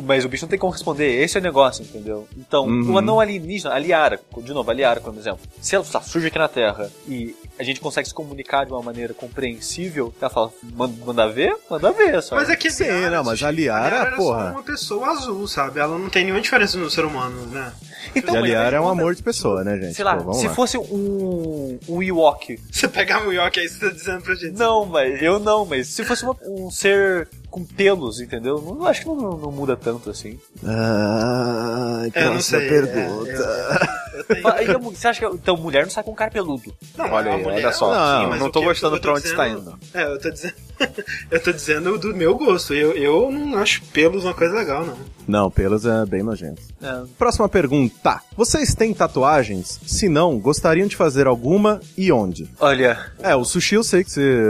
mas o bicho não tem como responder, esse é o negócio, entendeu? Então, Uhum. uma não alienígena, a Liara, de novo, a Liara, como exemplo. Se ela tá, surge aqui na Terra e a gente consegue se comunicar de uma maneira compreensível, ela fala, manda, manda ver? Manda ver, sabe? Mas é que a Sim, Liara, não, mas a Liara, era porra. só uma pessoa azul, sabe? Ela não tem nenhuma diferença no ser humano, né? então, e mas aliás, é um conta- amor de pessoa, né, gente? Sei lá, Pô, vamos se lá. fosse um, um Ewok Você pegar o Yoki aí, você tá dizendo pra gente. Não, mas eu não, mas se fosse uma- um ser com pelos, entendeu? Não, acho que não, não muda tanto assim. Ah, Eu É, não próxima sei. pergunta. é, eu- eu tenho- Fa- e a mu- Você acha que então mulher não sai com um cara peludo? Não, Olha a aí, mulher- olha só. Não, sim, Tá, eu mas não o tô que- gostando eu pra onde está dizendo- indo. É, eu tô dizendo. eu tô dizendo do meu gosto. Eu, eu não acho pelos uma coisa legal, não. Não, pelos é bem nojento. É. Próxima pergunta. Vocês têm tatuagens? Se não, gostariam de fazer alguma e onde? Olha, É, o sushi eu sei que você.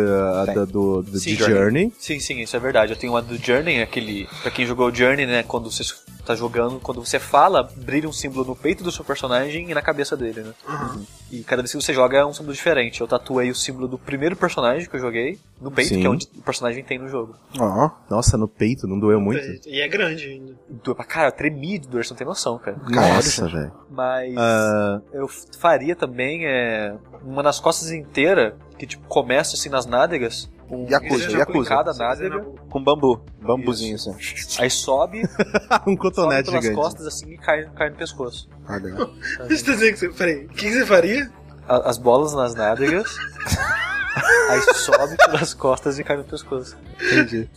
A, Tem. da- do, do- Sim, de Journey. sim, sim, isso é verdade. Eu tenho uma do Journey, aquele. Pra quem jogou o Journey, né? Quando você tá jogando, quando você fala, brilha um símbolo no peito do seu personagem e na cabeça dele, né? Uhum. E cada vez que você joga é um símbolo diferente. Eu tatuei o símbolo do primeiro personagem que eu joguei no peito, Sim. que é onde o personagem tem no jogo. Ó. Nossa, no peito, não doeu muito? E é grande ainda. Doeu pra cara, eu tremi de dor, você não tem noção, cara. Nossa, velho. Mas Ah, eu f- faria também é, uma nas costas inteira, que tipo, começa assim nas nádegas. Um, Yakuza, seja Yakuza. Cada Você fazer na né? nádega, boca. Com bambu. Bambuzinho assim. aí sobe, um sobe cotonete pelas gigante. costas assim e cai, cai no pescoço. Ah, legal. Você tá dizendo que você. Peraí, o que você faria? A- as bolas nas nádegas. aí sobe pelas costas e cai no pescoço. Entendi.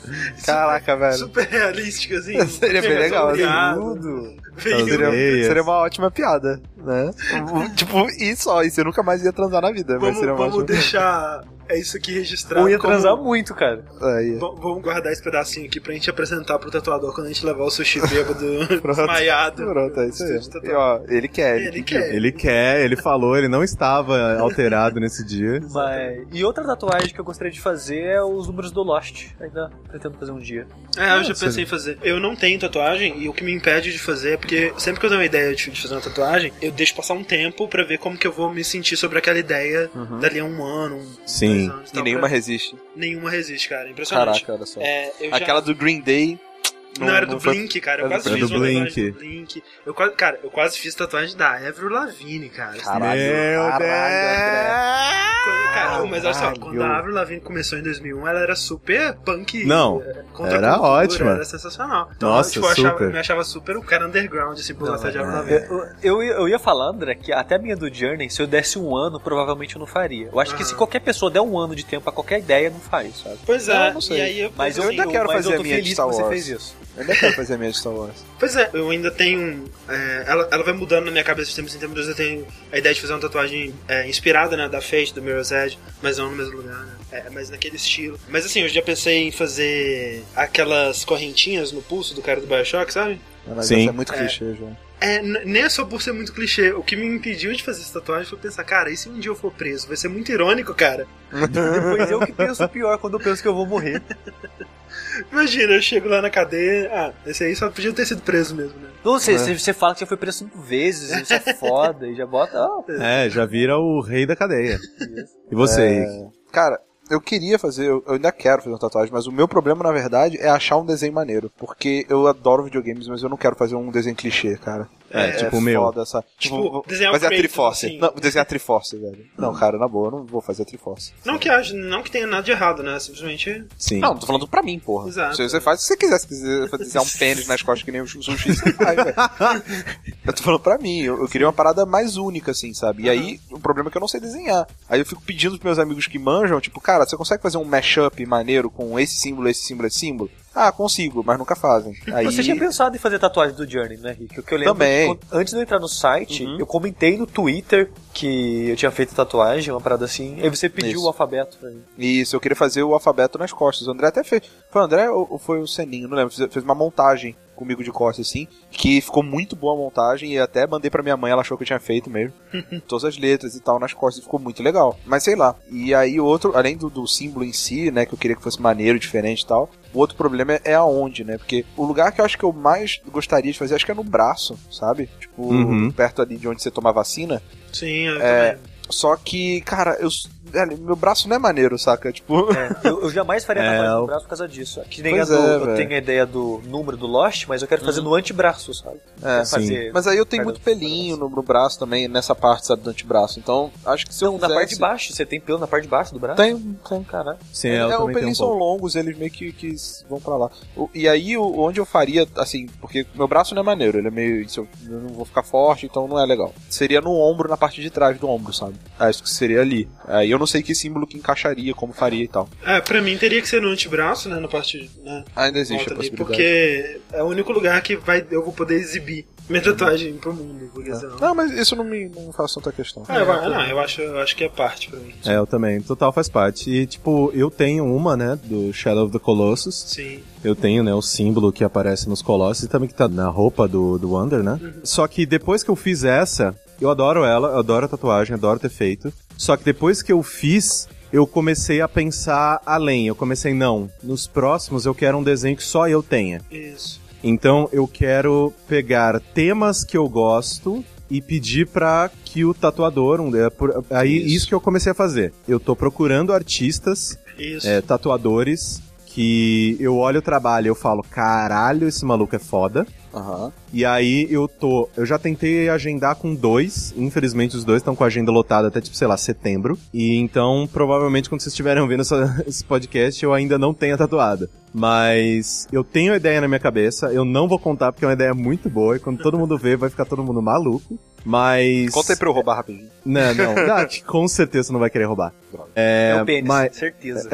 Caraca, velho. Super realístico, assim. Seria bem legal, Obrigado. assim. Veio. Seria- Meias. seria uma ótima piada, né? tipo, e só, e você nunca mais ia transar na vida, Vamos, vamos deixar é isso aqui registrado. Ou ia como- transar muito, cara. Aí. V- Vamos guardar esse pedacinho aqui pra gente apresentar pro tatuador quando a gente levar o sushi bêbado Pronto. desmaiado. Pronto, é isso aí. Estúdio E, tatuado. ó, ele quer, ele, Ele pediu. quer. Ele quer, ele falou, ele não estava alterado nesse dia. Mas... E outra tatuagem que eu gostaria de fazer é os números do Lost. Ainda pretendo fazer um dia. É, eu já pensei em fazer. Eu não tenho tatuagem e o que me impede de fazer é porque sempre que eu tenho uma ideia de de fazer uma tatuagem, eu deixo passar um tempo pra ver como que eu vou me sentir sobre aquela ideia Uhum. dali a um ano, um, Sim. dois anos. E tal, nenhuma pra- resiste. nenhuma resiste, cara. Impressionante. Caraca, olha só. É, eu já- Aquela do Green Day. Não, era do foi- Blink, cara. Eu era do quase Blink. fiz Era do uma Blink. tatuagem do Blink. Eu quase, cara, eu quase fiz tatuagem da Avril Lavigne, cara. Caralho, Meu caralho, Quando- Cara, mas olha só, Caralho. quando a Avril Lavigne começou em 2001, ela era super punk. Não, eh, contra era a cultura, ótima. Era sensacional. Então, Nossa, tipo, eu achava, super. me achava super o cara underground, assim, por é. gostar de Avril Lavigne. Eu, eu, eu ia falar, André, que até a minha do Journey, se eu desse um ano, provavelmente eu não faria. Eu acho que Aham. Uhum. se qualquer pessoa der um ano de tempo pra qualquer ideia, não faz, sabe? Pois Não, é, eu não sei. e aí eu, Mas eu, Eu ainda quero mas fazer eu a tô minha de feliz Star que você Wars. fez isso. Eu ainda quero fazer a minha de Star Wars. Pois é, eu ainda tenho. é, ela, ela vai mudando na minha cabeça de tempos em tempos. Eu tenho a ideia de fazer uma tatuagem é, inspirada né, da Fate, do Mirror's Edge, mas não no mesmo lugar, né? É, mas naquele estilo. Mas assim, eu já pensei em fazer aquelas correntinhas no pulso do cara do Bioshock, sabe? Mas Sim. essa é muito É. clichê, João. É, n- nem é só por ser muito clichê. O que me impediu de fazer essa tatuagem foi pensar, cara, e se um dia eu for preso? Vai ser muito irônico, cara. Depois eu que penso pior quando eu penso que eu vou morrer. Imagina, eu chego lá na cadeia. Ah, esse aí só podia ter sido preso mesmo, né? Não sei, É. você, você fala que já foi preso cinco vezes, isso é foda, e já bota. ah, É, já vira o rei da cadeia. E você, Henrique? Cara, eu queria fazer, eu eu ainda quero fazer uma tatuagem, mas o meu problema, na verdade, é achar um desenho maneiro. Porque eu adoro videogames, mas eu não quero fazer um desenho clichê, cara. É, tipo o meu. foda, sabe? Tipo, desenhar o fazer a Kratos, Triforce. assim. Não, desenhar a Triforce, velho. Não, cara, na boa, eu não vou fazer a Triforce. Não que, haja, não que tenha nada de errado, né? Simplesmente. Sim. Não, tô falando pra mim, porra. Exato. Se você faz o que você quiser, se quiser desenhar um pênis nas costas que nem o sushi, você faz, velho. Eu tô falando pra mim, eu, eu queria uma parada mais única, assim, sabe? E aí, o problema é que eu não sei desenhar. Aí eu fico pedindo pros meus amigos que manjam, tipo, cara, você consegue fazer um mashup maneiro com esse símbolo, esse símbolo, esse símbolo? Ah, consigo, mas nunca fazem. Aí... Você tinha pensado em fazer tatuagem do Journey, né, Rick? O que eu lembro Também. Uhum. que quando- antes de eu entrar no site, eu comentei no Twitter que eu tinha feito tatuagem, uma parada assim, aí você pediu Isso. o alfabeto pra mim. Isso, eu queria fazer o alfabeto nas costas. O André até fez. Foi o André ou ou foi o Seninho? Não lembro. Fez, fez uma montagem comigo de costas, assim. Que ficou muito boa a montagem. E até mandei pra minha mãe, ela achou que eu tinha feito mesmo. Todas as letras e tal nas costas. Ficou muito legal. Mas sei lá. E aí, outro, além do, do símbolo em si, né? Que eu queria que fosse maneiro, diferente e tal. O outro problema é- é aonde, né? Porque o lugar que eu acho que eu mais gostaria de fazer, acho que é no braço, sabe? Tipo, Uhum. perto ali de onde você toma a vacina. Sim, eu É, também. Só que, cara, eu. velho, meu braço não é maneiro, saca? Tipo. É, eu, eu jamais faria É, tatuagem eu- no braço por causa disso. Que nem a Pois do, é, eu velho. Uhum. tenho a ideia do número do Lost, mas eu quero fazer no antebraço, sabe? É, Quero fazer. Mas aí eu tenho Perdão, muito pelinho no, no braço também, nessa parte, sabe, do antebraço. Então, acho que se eu Não, na fizesse- parte de baixo, você tem pelo na parte de baixo do braço? Então, Tem, tem. Caraca. Sim, é, ela os também tem um pelinhos são pouco. longos, eles meio que, que s- vão pra lá. O- e aí, o- onde eu faria, assim, porque meu braço não é maneiro, ele é meio. isso, eu não vou ficar forte, então não é legal. Seria no ombro, na parte de trás do ombro, sabe? Acho que seria ali. Aí eu não sei que símbolo que encaixaria, como faria e tal. É, pra mim teria que ser no antebraço, né? Na parte. Né, Ainda existe volta a ali, possibilidade. porque é o único lugar que vai, eu vou poder exibir minha tatuagem pro mundo, porque É. senão. Não, mas isso não me não faz tanta questão. Ah, eu, ah, não, eu acho, eu acho que é parte pra mim. É, eu também. Total faz parte. E, tipo, eu tenho uma, né, do Shadow of the Colossus. Sim. Eu tenho, né, o símbolo que aparece nos colossos e também que tá na roupa do, do Wander, né? Só que depois que eu fiz essa, eu adoro ela, eu adoro a tatuagem, adoro ter feito. Só que depois que eu fiz, eu comecei a pensar além. Eu comecei, não, nos próximos eu quero um desenho que só eu tenha. Isso. Então eu quero pegar temas que eu gosto e pedir pra que o tatuador, um, é, por- aí Isso. isso. que eu comecei a fazer. Eu tô procurando artistas, Isso. é, tatuadores que eu olho o trabalho e eu falo, caralho, esse maluco é foda. Aham. E aí eu tô. Eu já tentei agendar com dois. Infelizmente, os dois estão com a agenda lotada até, tipo, sei lá, setembro. E então, provavelmente, quando vocês estiverem vendo essa- esse podcast, eu ainda não tenho a tatuada. Mas eu tenho a ideia na minha cabeça, eu não vou contar porque é uma ideia muito boa. E quando todo mundo vê, vai ficar todo mundo maluco. Mas. Conta aí pra eu roubar rapidinho. Não, não. Ah, que com certeza você não vai querer roubar. Droga. É, Meu um pênis, mas- certeza.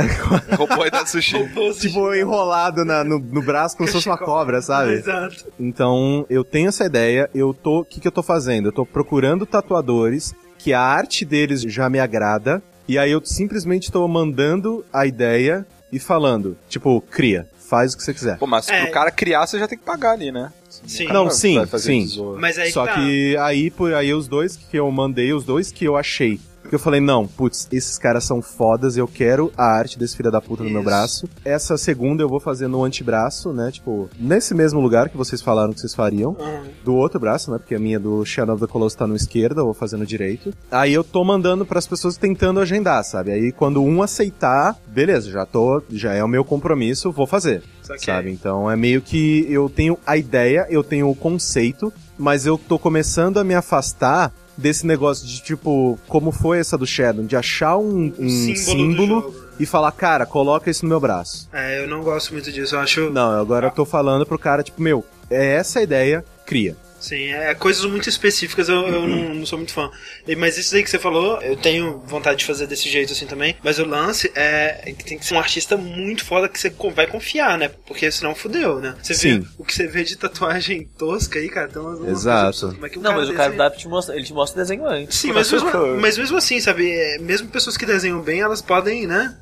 Roubou aí da sushi. Tipo, enrolado na- no, no braço como se fosse uma cobra, sabe? Exato. Então, eu tenho essa ideia, eu tô, o que que eu tô fazendo? Eu tô procurando tatuadores que a arte deles já me agrada, e aí eu simplesmente tô mandando a ideia e falando, tipo, cria, faz o que você quiser. Pô, mas É. pro cara criar, você já tem que pagar ali, né? Sim. O cara Não, sim, vai fazer sim. tesouro. Mas aí Só tá. que aí por aí os dois que eu mandei, os dois que eu achei, que eu falei, não, putz, esses caras são fodas, eu quero a arte desse filho da puta no meu Isso. braço. Essa segunda eu vou fazer no antebraço, né? Tipo, nesse mesmo lugar que vocês falaram que vocês fariam. Aham. do outro braço, né? Porque a minha do Shadow of the Colossus tá no esquerdo, eu vou fazer no direito. Aí eu tô mandando pras pessoas tentando agendar, sabe? Aí quando um aceitar, beleza, já tô, já é o meu compromisso, vou fazer, Só que sabe? Então é meio que eu tenho a ideia, eu tenho o conceito, mas eu tô começando a me afastar desse negócio de tipo, como foi essa do Shadow, de achar um, um símbolo, símbolo, do jogo. e falar, cara, coloca isso no meu braço. É, eu não gosto muito disso. Eu acho. Não, agora eu tô falando pro cara, tipo, meu, é essa a ideia, cria. Sim, é coisas muito específicas, eu, eu não, não sou muito fã. E- Mas isso aí que você falou, eu tenho vontade de fazer desse jeito assim também. Mas o lance é que tem que ser um artista muito foda que você co- vai confiar, né? Porque senão fudeu, né? Você Vê, Sim. o que você vê de tatuagem tosca aí, cara, então, tem umas umas Exato. coisas absurdas. Como é que um Não, mas o cara desse- dá pra te mostrar, ele te mostra o desenho antes. Sim, mas mesmo, Cor. mas mesmo assim, sabe? é, Mesmo pessoas que desenham bem, elas podem, né?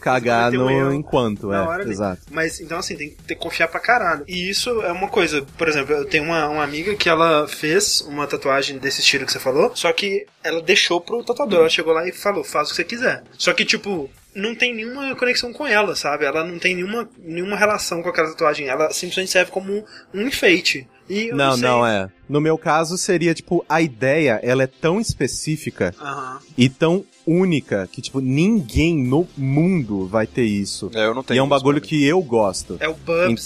Cagar Cometer um no erro enquanto, na hora é. ali. Exato. Mas então assim, tem que ter que confiar pra caralho. E isso é uma coisa, por exemplo, eu tenho uma, uma amiga que ela fez uma tatuagem desse estilo que você falou, só que ela deixou pro tatuador. Ela chegou lá e falou, faz o que você quiser. Só que, tipo, não tem nenhuma conexão com ela, sabe? Ela não tem nenhuma, nenhuma relação com aquela tatuagem. Ela simplesmente serve como um enfeite. E eu não, Não, sei- não, é. No meu caso, seria, tipo, a ideia, ela é tão específica Aham. e tão única que, tipo, ninguém no mundo vai ter isso. É, eu não tenho. e é um isso, bagulho cara. que eu gosto. É o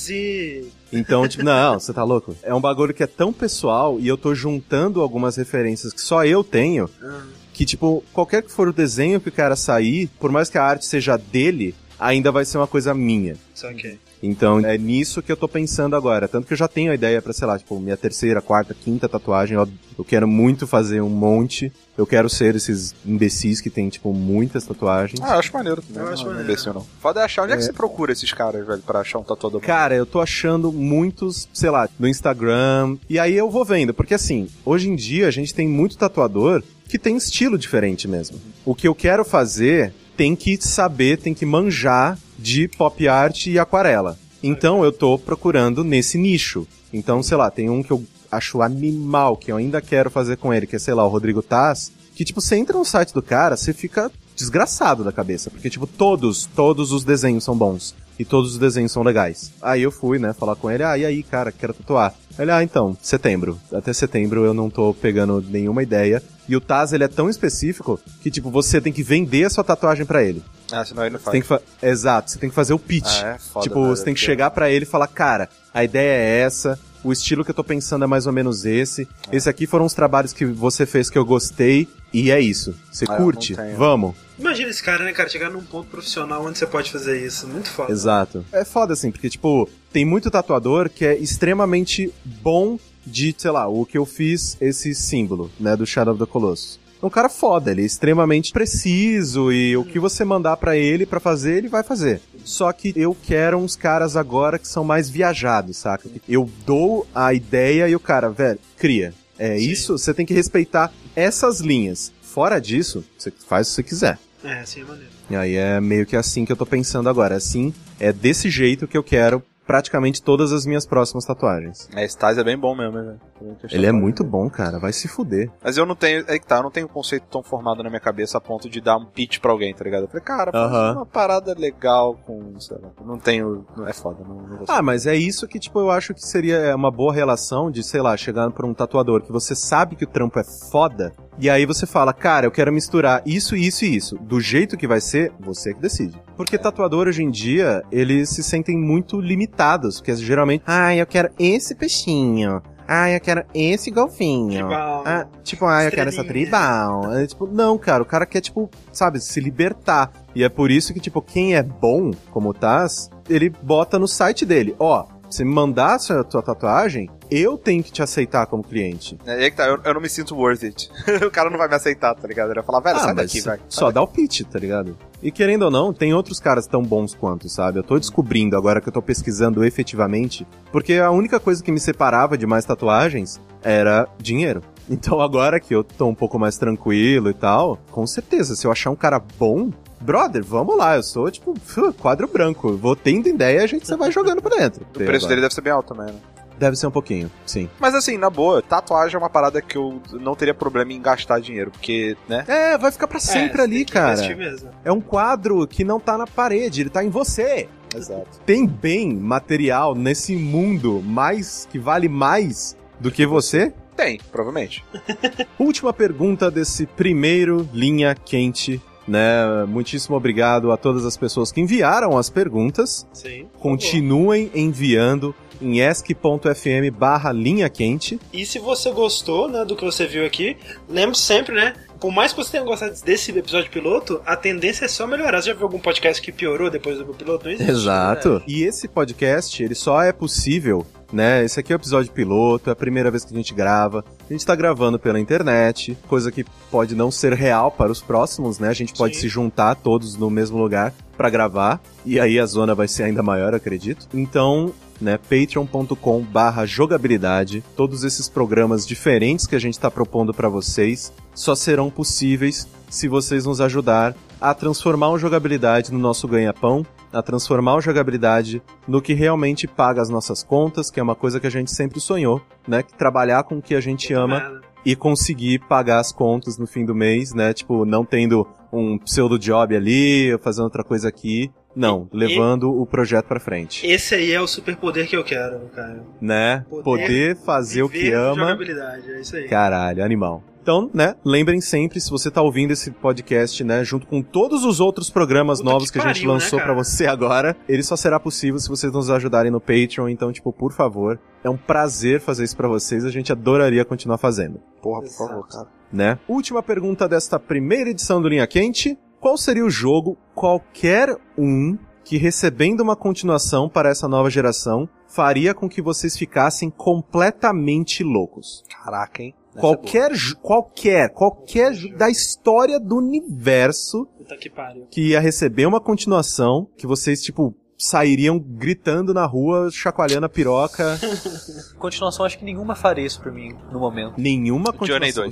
Bubsy. Então, tipo, não, você tá louco? É um bagulho que é tão pessoal e eu tô juntando algumas referências que só eu tenho Ah, que, tipo, qualquer que for o desenho que o cara sair, por mais que a arte seja dele, ainda vai ser uma coisa minha. só que. Então é nisso que eu tô pensando agora. Tanto que eu já tenho a ideia pra, sei lá, tipo, minha terceira, quarta, quinta tatuagem. Eu, eu quero muito fazer um monte. Eu quero ser esses imbecis que tem, tipo, muitas tatuagens. Ah, eu acho maneiro também. Eu não, acho não é maneiro. imbecil, não. Foda é achar. Onde é, que É. você procura esses caras, velho, pra achar um tatuador? Cara, eu tô achando muitos, sei lá, no Instagram. E aí eu vou vendo, porque assim, hoje em dia a gente tem muito tatuador que tem estilo diferente mesmo. O que eu quero fazer tem que saber, tem que manjar de pop art e aquarela. Então eu tô procurando nesse nicho. Então, sei lá, tem um que eu acho animal, que eu ainda quero fazer com ele, que é, sei lá, o Rodrigo Taz. Que, tipo, você entra no site do cara, você fica desgraçado da cabeça. Porque, tipo, todos, todos os desenhos são bons. E todos os desenhos são legais. Aí eu fui, né, falar com ele. Ah, e aí, cara, quero tatuar. Ele, ah, então, setembro. Até setembro eu não tô pegando nenhuma ideia. E o Taz, ele é tão específico que, tipo, você tem que vender a sua tatuagem pra ele. Ah, senão ele não Você faz. tem que fa- Exato, você tem que fazer o pitch. Ah, é foda. Tipo, velho, você tem que porque- chegar pra ele e falar, cara, a ideia é essa, o estilo que eu tô pensando é mais ou menos esse. É. Esse aqui foram os trabalhos que você fez que eu gostei, e é isso. Você Ah, eu curte? não tenho. Vamos. Imagina esse cara, né, cara? Chegar num ponto profissional onde você pode fazer isso. Muito foda. Exato. É foda, assim, porque, tipo, tem muito tatuador que é extremamente bom de, sei lá, o que eu fiz, esse símbolo, né, do Shadow of the Colossus. É um cara foda, ele é extremamente preciso e o que você mandar pra ele pra fazer, ele vai fazer. Só que eu quero uns caras agora que são mais viajados, saca? Eu dou a ideia e o cara, velho, cria. É Sim. isso, você tem que respeitar essas linhas. Fora disso, você faz o que você quiser. É, assim é maneiro. E aí é meio que assim que eu tô pensando agora. Assim, é desse jeito que eu quero praticamente todas as minhas próximas tatuagens. É, Stais é bem bom mesmo, né? velho? Também tô Ele é chapado. muito bom, cara. Vai se fuder. Mas eu não tenho. É que tá, eu não tenho um conceito tão formado na minha cabeça a ponto de dar um pitch pra alguém, tá ligado? Eu falei, cara, faz Aham. uma parada legal com. sei lá. Não tenho. não- É foda, não, não gosto. Ah, mas é isso que, tipo, eu acho que seria é, uma boa relação de, sei lá, chegar pra um tatuador que você sabe que o trampo é foda, e aí você fala, cara, eu quero misturar isso, isso e isso. Do jeito que vai ser, você que decide. Porque tatuador hoje em dia, eles se sentem muito limitados, porque geralmente, ah, eu quero esse peixinho. Ah, eu quero esse golfinho. Tribal. Ah, tipo, ah, eu quero essa Estrelinha. tribal. É, tipo, não, cara, o cara quer, tipo, sabe, se libertar. E é por isso que, tipo, quem é bom, como o Taz, ele bota no site dele, ó, se me mandar a sua, tua tatuagem, eu tenho que te aceitar como cliente. É, é que tá, eu, eu não me sinto worth it. o cara não vai me aceitar, tá ligado? Ele vai falar, velho, Ah, sai daqui, vai. só dá o pitch, tá ligado? E querendo ou não, tem outros caras tão bons quanto, sabe? Eu tô descobrindo agora que eu tô pesquisando efetivamente, porque a única coisa que me separava de mais tatuagens era dinheiro. Então agora que eu tô um pouco mais tranquilo e tal, com certeza, se eu achar um cara bom, brother, vamos lá, eu sou tipo quadro branco, vou tendo ideia, a gente você vai jogando pra dentro. O preço dele deve ser bem alto também, né? deve ser um pouquinho, sim. Mas assim, na boa, tatuagem é uma parada que eu não teria problema em gastar dinheiro, porque, né? É, vai ficar pra sempre É, ali, tem que cara. investir mesmo. É um quadro que não tá na parede, ele tá em você. Exato. tem bem material nesse mundo mais que vale mais do que você? Tem, provavelmente. Última pergunta desse primeiro linha quente, né? Muitíssimo obrigado a todas as pessoas que enviaram as perguntas. Sim. por favor. Continuem enviando em esc.fm barra linha quente. E se você gostou né, do que você viu aqui, lembre sempre, né? Por mais que você tenha gostado desse episódio piloto, a tendência é só melhorar. Você já viu algum podcast que piorou depois do piloto? Não existe. né? Exato. E esse podcast, ele só é possível, né? Esse aqui é o episódio piloto, é a primeira vez que a gente grava. A gente tá gravando pela internet, coisa que pode não ser real para os próximos, né? A gente pode Sim. se juntar todos no mesmo lugar pra gravar, e aí a zona vai ser ainda maior, eu acredito. Então, né, patreon.com barra jogabilidade, todos esses programas diferentes que a gente está propondo pra vocês só serão possíveis se vocês nos ajudar a transformar o jogabilidade no nosso ganha-pão, a transformar o jogabilidade no que realmente paga as nossas contas, que é uma coisa que a gente sempre sonhou, né, que trabalhar com o que a gente ama Nada. e conseguir pagar as contas no fim do mês, né? Tipo, não tendo um pseudo job ali, fazendo outra coisa aqui. Não, E- levando o projeto pra frente, Esse aí é o superpoder que eu quero, cara. né? poder- Poder, fazer o que Viver de ama. Jogabilidade, é isso aí. Caralho, animal. Então, né, lembrem sempre, se você tá ouvindo esse podcast, né, junto com todos os outros programas Puta novos que que, a gente pariu, né, lançou pra cara? você agora, ele só será possível se vocês nos ajudarem no Patreon, então, tipo, por favor, é um prazer fazer isso pra vocês, a gente adoraria continuar fazendo. Porra, por Exato. favor, cara. né? Última pergunta desta primeira edição do Linha Quente. Qual seria o jogo, qualquer um, que recebendo uma continuação para essa nova geração, faria com que vocês ficassem completamente loucos? Caraca, hein? Essa é qualquer, jo- qualquer, qualquer jo- da história do universo Puta que pariu. que ia receber uma continuação, que vocês, tipo, sairiam gritando na rua, chacoalhando a piroca. Continuação, acho que nenhuma faria isso pra mim no momento. Nenhuma Journey continuação.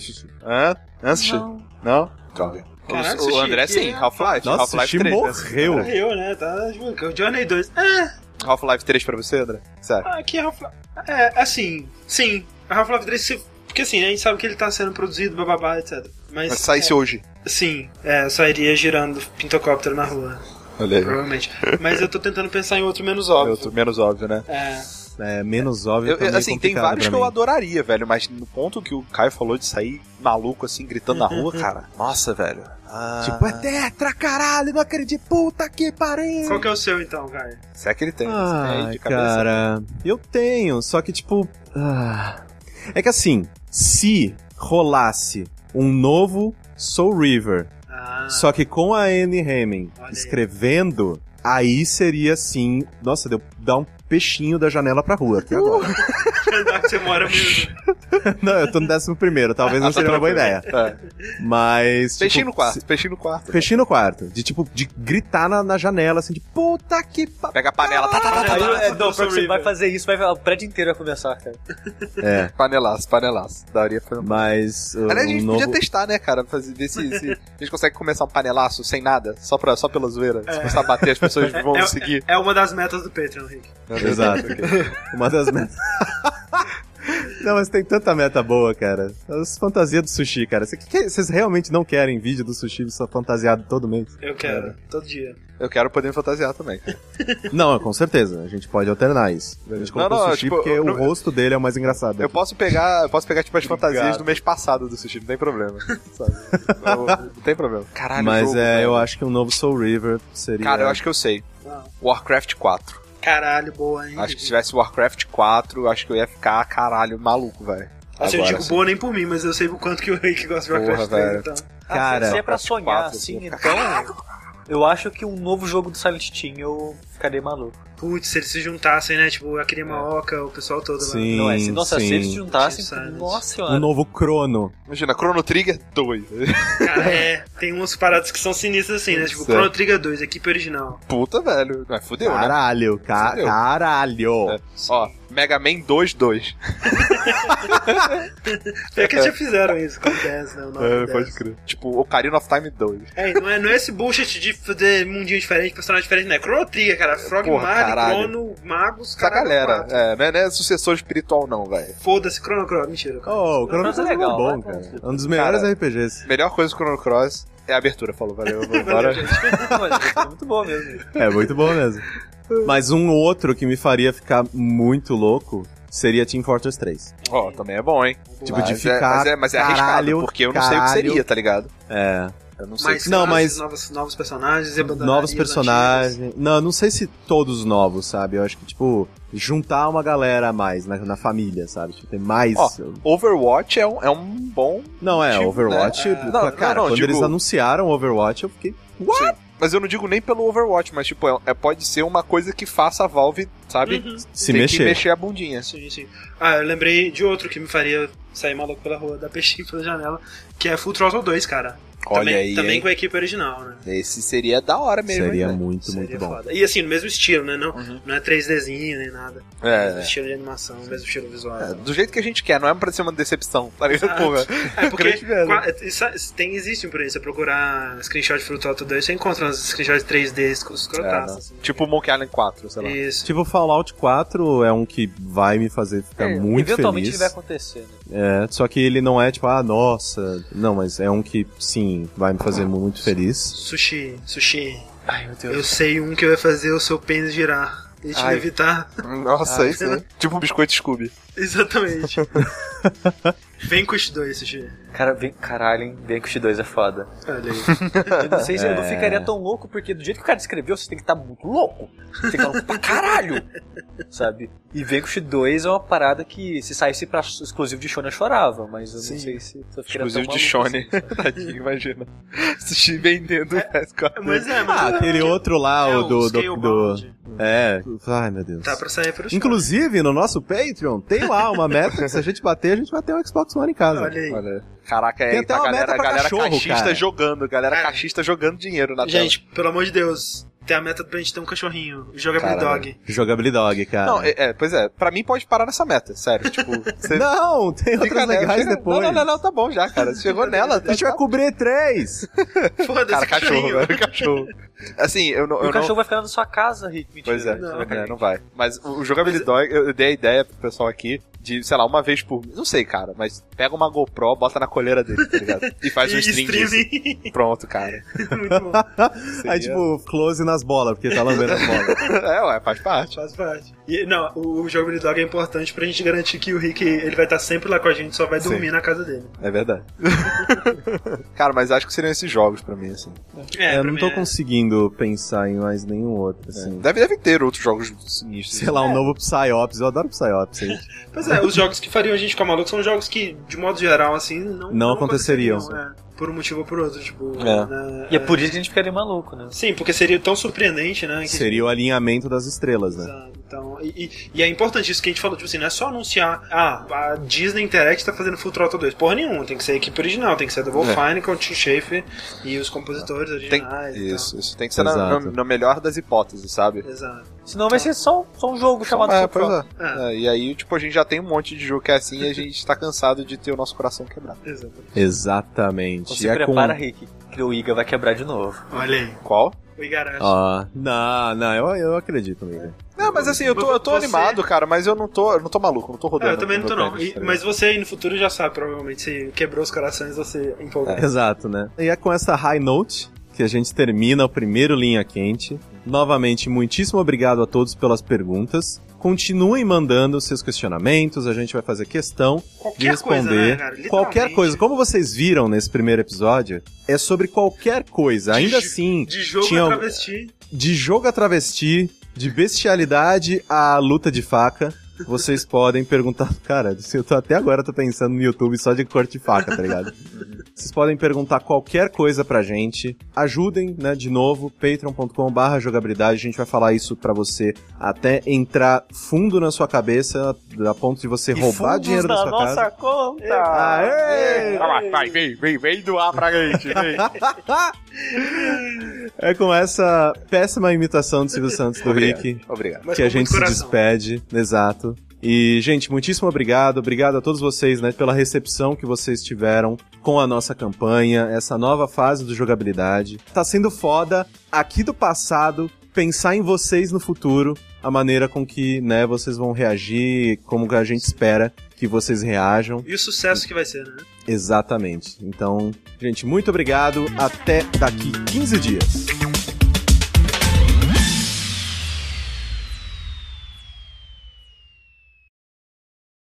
2. Hã? Hã, Sushi? Não? Droga. Caraca, o, o Sushi, André que sim, é- Half-Life. Nossa, o Half-Life Sushi 3. né? morreu. Eu, né? Tá de brincadeira. Journey 2. Ah, Half-Life 3 pra você, André? Sério. aqui é Half-Life. É, assim, sim. A Half-Life 3, se- porque assim, a gente sabe que ele tá sendo produzido, bababá, etc. Mas, Mas saísse hoje. é, sim, é, eu sairia girando pintocóptero na rua, Olha aí. provavelmente. Mas eu tô tentando pensar em outro menos Eu óbvio. tô menos óbvio, né? É, É, menos óbvio. Eu- tá eu- meio assim, tem complicado vários pra que eu mim. adoraria, velho, mas no ponto que o Caio falou de sair maluco, assim, gritando na rua, cara. Nossa, velho. Ah, Tipo, é tetra, caralho, não acredito, puta que pariu. qual que é o seu então, Caio? Será é que ele tem? Esse aí Ah, de cabeça. cara, eu tenho, só que tipo... ah. É que assim, se rolasse um novo Soul River, Ah, só que com a Anne Hemming Olha aí. escrevendo, aí seria assim... Nossa, deu dar um peixinho da janela pra rua aqui agora. andar que você é mora mesmo. não, eu tô no décimo primeiro, talvez não seria uma boa ideia. É. Mas. tipo, Peixinho no quarto, peixinho no quarto. Fechinho no quarto. De tipo, de gritar na, na janela, assim, de puta que pa... Pega a panela, tá, tá, tá, tá, Aí, tá. é, não, pior que você vai fazer isso, vai, o prédio inteiro vai começar, cara. É. Panelaço, panelaço. Daria pra... Mas. uh, o- Aliás, a gente o novo... podia testar, né, cara? Fazer, ver se, se a gente consegue começar um panelaço sem nada, só, pra, só pela zoeira. Se começar a bater, as pessoas vão É- seguir. É uma das metas do Patreon, Rick. Exato. Uma das metas. Não, mas tem tanta meta boa, cara. As fantasias do sushi, cara. Cê- que- que- Vocês realmente não querem vídeo do sushi só fantasiado todo mês? Eu É. quero, todo dia. Eu quero poder me fantasiar também. Não, com certeza. A gente pode alternar isso. A gente Não, colocou não, o sushi tipo, porque eu- o rosto dele é o mais engraçado. Eu posso pegar, eu posso pegar tipo as fantasias Obrigado. do mês passado do sushi, não tem problema. sabe? Não, não tem problema. Caralho, mas jogo, é, velho. eu acho que um novo Soul River seria. Cara, eu acho que eu sei. Ah. Não. Warcraft 4. Caralho, boa, hein? Acho que se tivesse Warcraft 4, eu acho que eu ia ficar, caralho, maluco, velho. Nossa, eu Agora, digo assim. boa nem por mim, mas eu sei o quanto que o Rick gosta de Porra, Warcraft 3, velho. então. Ah, Cara, se é pra Warcraft sonhar 4, assim, pô. então. Eu acho que um novo jogo do Silent Team eu ficaria maluco. Putz, se eles se juntassem, né? Tipo, a Krimaoka, o pessoal todo lá. Sim, não é? Se, nossa, se eles se um sim. juntassem. Silent. Nossa Um senhora. novo Crono. Imagina, Chrono Trigger 2. Cara, é, tem umas paradas que são sinistras assim, né? Tipo, Certo. Chrono Trigger 2, equipe original. Puta, velho. Mas fudeu, né? Caralho, ca- Fudeu. caralho. É. Ó, Mega Man 2 2. É que eles já fizeram isso com o 10, É, né? O 9 e 10. crer. Tipo, Ocarina of Time 2. É, não é, não é esse bullshit de fazer mundinho diferente, personagem diferente, né? Chrono Trigger, cara. É, Porra, Frogmar, caralho. Crono, Magos, Essa cara. galera, é, não é, não é sucessor espiritual não, velho. Foda-se, Chrono Cross, mentira. cara. Oh, o Crono Crono é é legal, bom, né? cara. É Um dos melhores tá Cara, RPGs. Melhor coisa do Chrono Cross é a abertura, falou, valeu, vou Valeu, embora. gente. Mano, é muito bom mesmo. É muito bom mesmo. Mas um outro que me faria ficar muito louco seria Team Fortress 3. Ó, também é bom, hein? Tipo, de Mas é- ficar. mas é, mas é caralho, arriscado, porque eu não sei o que caralho. seria, tá ligado? É. Eu não sei. Mas, Não, mas- novos, novos personagens e abandonar Novos as antigas. personagens. Não, eu não sei se todos novos, sabe? Eu acho que, tipo, juntar uma galera a mais na, na família, sabe? Tipo, tem mais. Ó, Overwatch é um, é um bom. não, é, tipo, Overwatch. né? tipo, Não, cara, não, não, quando digo- eles anunciaram Overwatch, eu fiquei. What? Mas eu não digo nem pelo Overwatch, mas tipo, é, é- pode ser uma coisa que faça a Valve, sabe? Uhum. Se ter que mexer. mexer a bundinha. Sim, sim. Ah, eu lembrei de outro que me faria sair maluco pela rua, dar peixinho pela janela, que é Full Throttle 2, cara. Olha também, aí. Também hein? com a equipe original, né? Esse seria da hora mesmo. Seria hein, né? muito, Seria muito bom. foda. E assim, no mesmo estilo, né? Não, Uhum. não é 3Dzinho nem nada. velho? mesmo É. estilo de animação, mesmo estilo visual. É, do jeito que a gente quer, não é pra ser uma decepção, tá ligado? Exato. Porra. É porque Grande merda. qua- isso- isso tem, existe um por aí. Você procurar screenshot de Full Throttle 2, você encontra uns screenshots 3D escrotaços. É, assim. né? Tipo Monkey Island 4, sei lá. Isso. Tipo, Fallout 4 é um que vai me fazer Tá ficar muito É, Eventualmente feliz. ele vai acontecer, né? É, só que ele não é tipo, ah, nossa. Não, mas é um que, sim, vai me fazer muito feliz. Sushi, sushi. Ai, meu Deus. Eu sei um que vai fazer o seu pênis girar e te Ai. levitar. Nossa, É. isso aí. Tipo um biscoito Scooby. Exatamente. Vem com os dois, sushi. Cara, vem, caralho, hein? Bem que o X2 é foda. Olha aí. Eu não sei se eu não É. ficaria tão louco, porque do jeito que o cara descreveu, você tem que estar muito louco. Você tem que estar louco pra caralho. Sabe? E Vanquish 2 é uma parada que se saísse pra exclusivo de Shonen eu chorava, mas eu não sei se eu ficaria Exclusivo tão de maluco assim. assim. Shonen. Tadinho, imagina. Sushi vendendo né? o PS4. Mas é, mas Ah, é, aquele outro lá, é o do, do, do. Scalebound. É. Ai, meu Deus. Tá pra sair pro Inclusive, no nosso Patreon, tem lá uma meta que se a gente bater, a gente vai ter um Xbox One em casa. Olha aí. Olha, caraca, é Tem aí, até tá a uma galera, meta pra galera cachorro, caixista cara. jogando, galera Cara. caixista jogando dinheiro na Gente, pelo amor de Deus, tem a meta pra gente ter um cachorrinho. O jogo é Blue Caralho. Dog. Jogabilidog, cara. tela. Não, é, é, pois é, pra mim pode parar nessa meta, sério. Tipo, você Não, tem outras nela, legais chega- depois. Não, não, não, não, tá bom já, cara. Você chegou nela. A Tá, gente vai cobrir três. Foda-se, Cara, cachorro, cachorrinho. velho, cachorro. Assim, eu não. E Eu o cachorro não vai ficar na sua casa, Rick. Mentira. pois é, Você não, vai cagar. não vai. Mas o, o jogabilidade, eu, eu dei a ideia pro pessoal aqui de, sei lá, uma vez por. Não sei, cara, mas pega uma GoPro, bota na coleira dele, tá ligado? E faz E um stream. disso. streaming. Pronto, cara. Muito bom. Aí, tipo, close nas bolas, porque tá lambendo as bolas. é, ué, faz parte. Faz parte. E, não, o, o jogo de dog é importante pra gente garantir que o Rick ele vai estar sempre lá com a gente, só vai dormir na casa dele. É verdade. Cara, mas acho que seriam esses jogos pra mim, assim. É, eu não tô conseguindo pensar em mais nenhum É. É. outro, assim. Deve, deve ter outros jogos sinistros. Sei lá, um novo Psyops. Eu adoro Psyops, gente. Pois é, os jogos que fariam a gente ficar maluco são jogos que, de modo geral, assim, não, Não aconteceriam. é. por um motivo ou por outro, tipo. É. né, é, E é por isso que a gente ficaria maluco, né? Sim, porque seria tão surpreendente, né? que- Seria o alinhamento das estrelas, né? Exato. Então, e, e- e é importante isso que a gente falou, tipo assim, não é só anunciar, ah, a Disney Interactive tá fazendo Full Throttle 2. Porra nenhuma, tem que ser a equipe original, tem que ser a Double É. Fine com o Tim Schafer e os compositores Tem, originais. e tal. isso, isso tem que ser na, Exato. na- na melhor das hipóteses, sabe? Exato. Senão vai ser só, só um jogo chamado é, Full pois Throttle. é. É, E aí, tipo, a gente já tem um monte de jogo que é assim e a gente tá cansado de ter o nosso coração quebrado. É. Exato. Exatamente. Então E se é prepara, Rick, que o Iga vai quebrar de novo. Olha aí. Qual? O Igarashi. Ah, não, não, eu, eu acredito, amigo. Não, mas assim, eu tô, eu tô Você- animado, cara, mas eu não tô, eu não tô maluco, não tô Ah, rodando. eu também não tô, né? meu não. tênis, E- tá mas você aí no futuro já sabe, provavelmente. Se quebrou os corações, você empolgou. Exato, né? E é com essa high note que a gente termina o primeiro Linha Quente. Novamente, muitíssimo obrigado a todos pelas perguntas. Continuem mandando seus questionamentos, a gente vai fazer questão de Qualquer coisa, né, responder cara? Literalmente. qualquer coisa. Como vocês viram nesse primeiro episódio, é sobre qualquer coisa. De Ainda jo- assim, De jogo Tinha a um- travesti. de jogo a travesti, de bestialidade à luta de faca, vocês podem perguntar. Cara, se eu tô, até agora eu tô pensando no YouTube só de corte de faca, tá ligado? vocês podem perguntar qualquer coisa pra gente. Ajudem, né, de novo, patreon.com.br jogabilidade. A gente vai falar isso pra você até entrar fundo na sua cabeça, a ponto de você E roubar fundos dinheiro da na sua nossa casa. conta! Aê! Vai lá, vai, vem, vem, vem doar pra gente, vem. É com essa péssima imitação do Silvio Santos do Obrigado. Rick Obrigado. Mas que com a muito gente se coração. despede, exato. E, gente, muitíssimo obrigado. Obrigado a todos vocês, né, pela recepção que vocês tiveram com a nossa campanha, essa nova fase do jogabilidade. Tá sendo foda aqui do passado pensar em vocês no futuro, a maneira com que, né, vocês vão reagir, como que a gente espera que vocês reajam. E o sucesso que vai ser, né? Exatamente. Então, gente, muito obrigado. Até daqui 15 dias.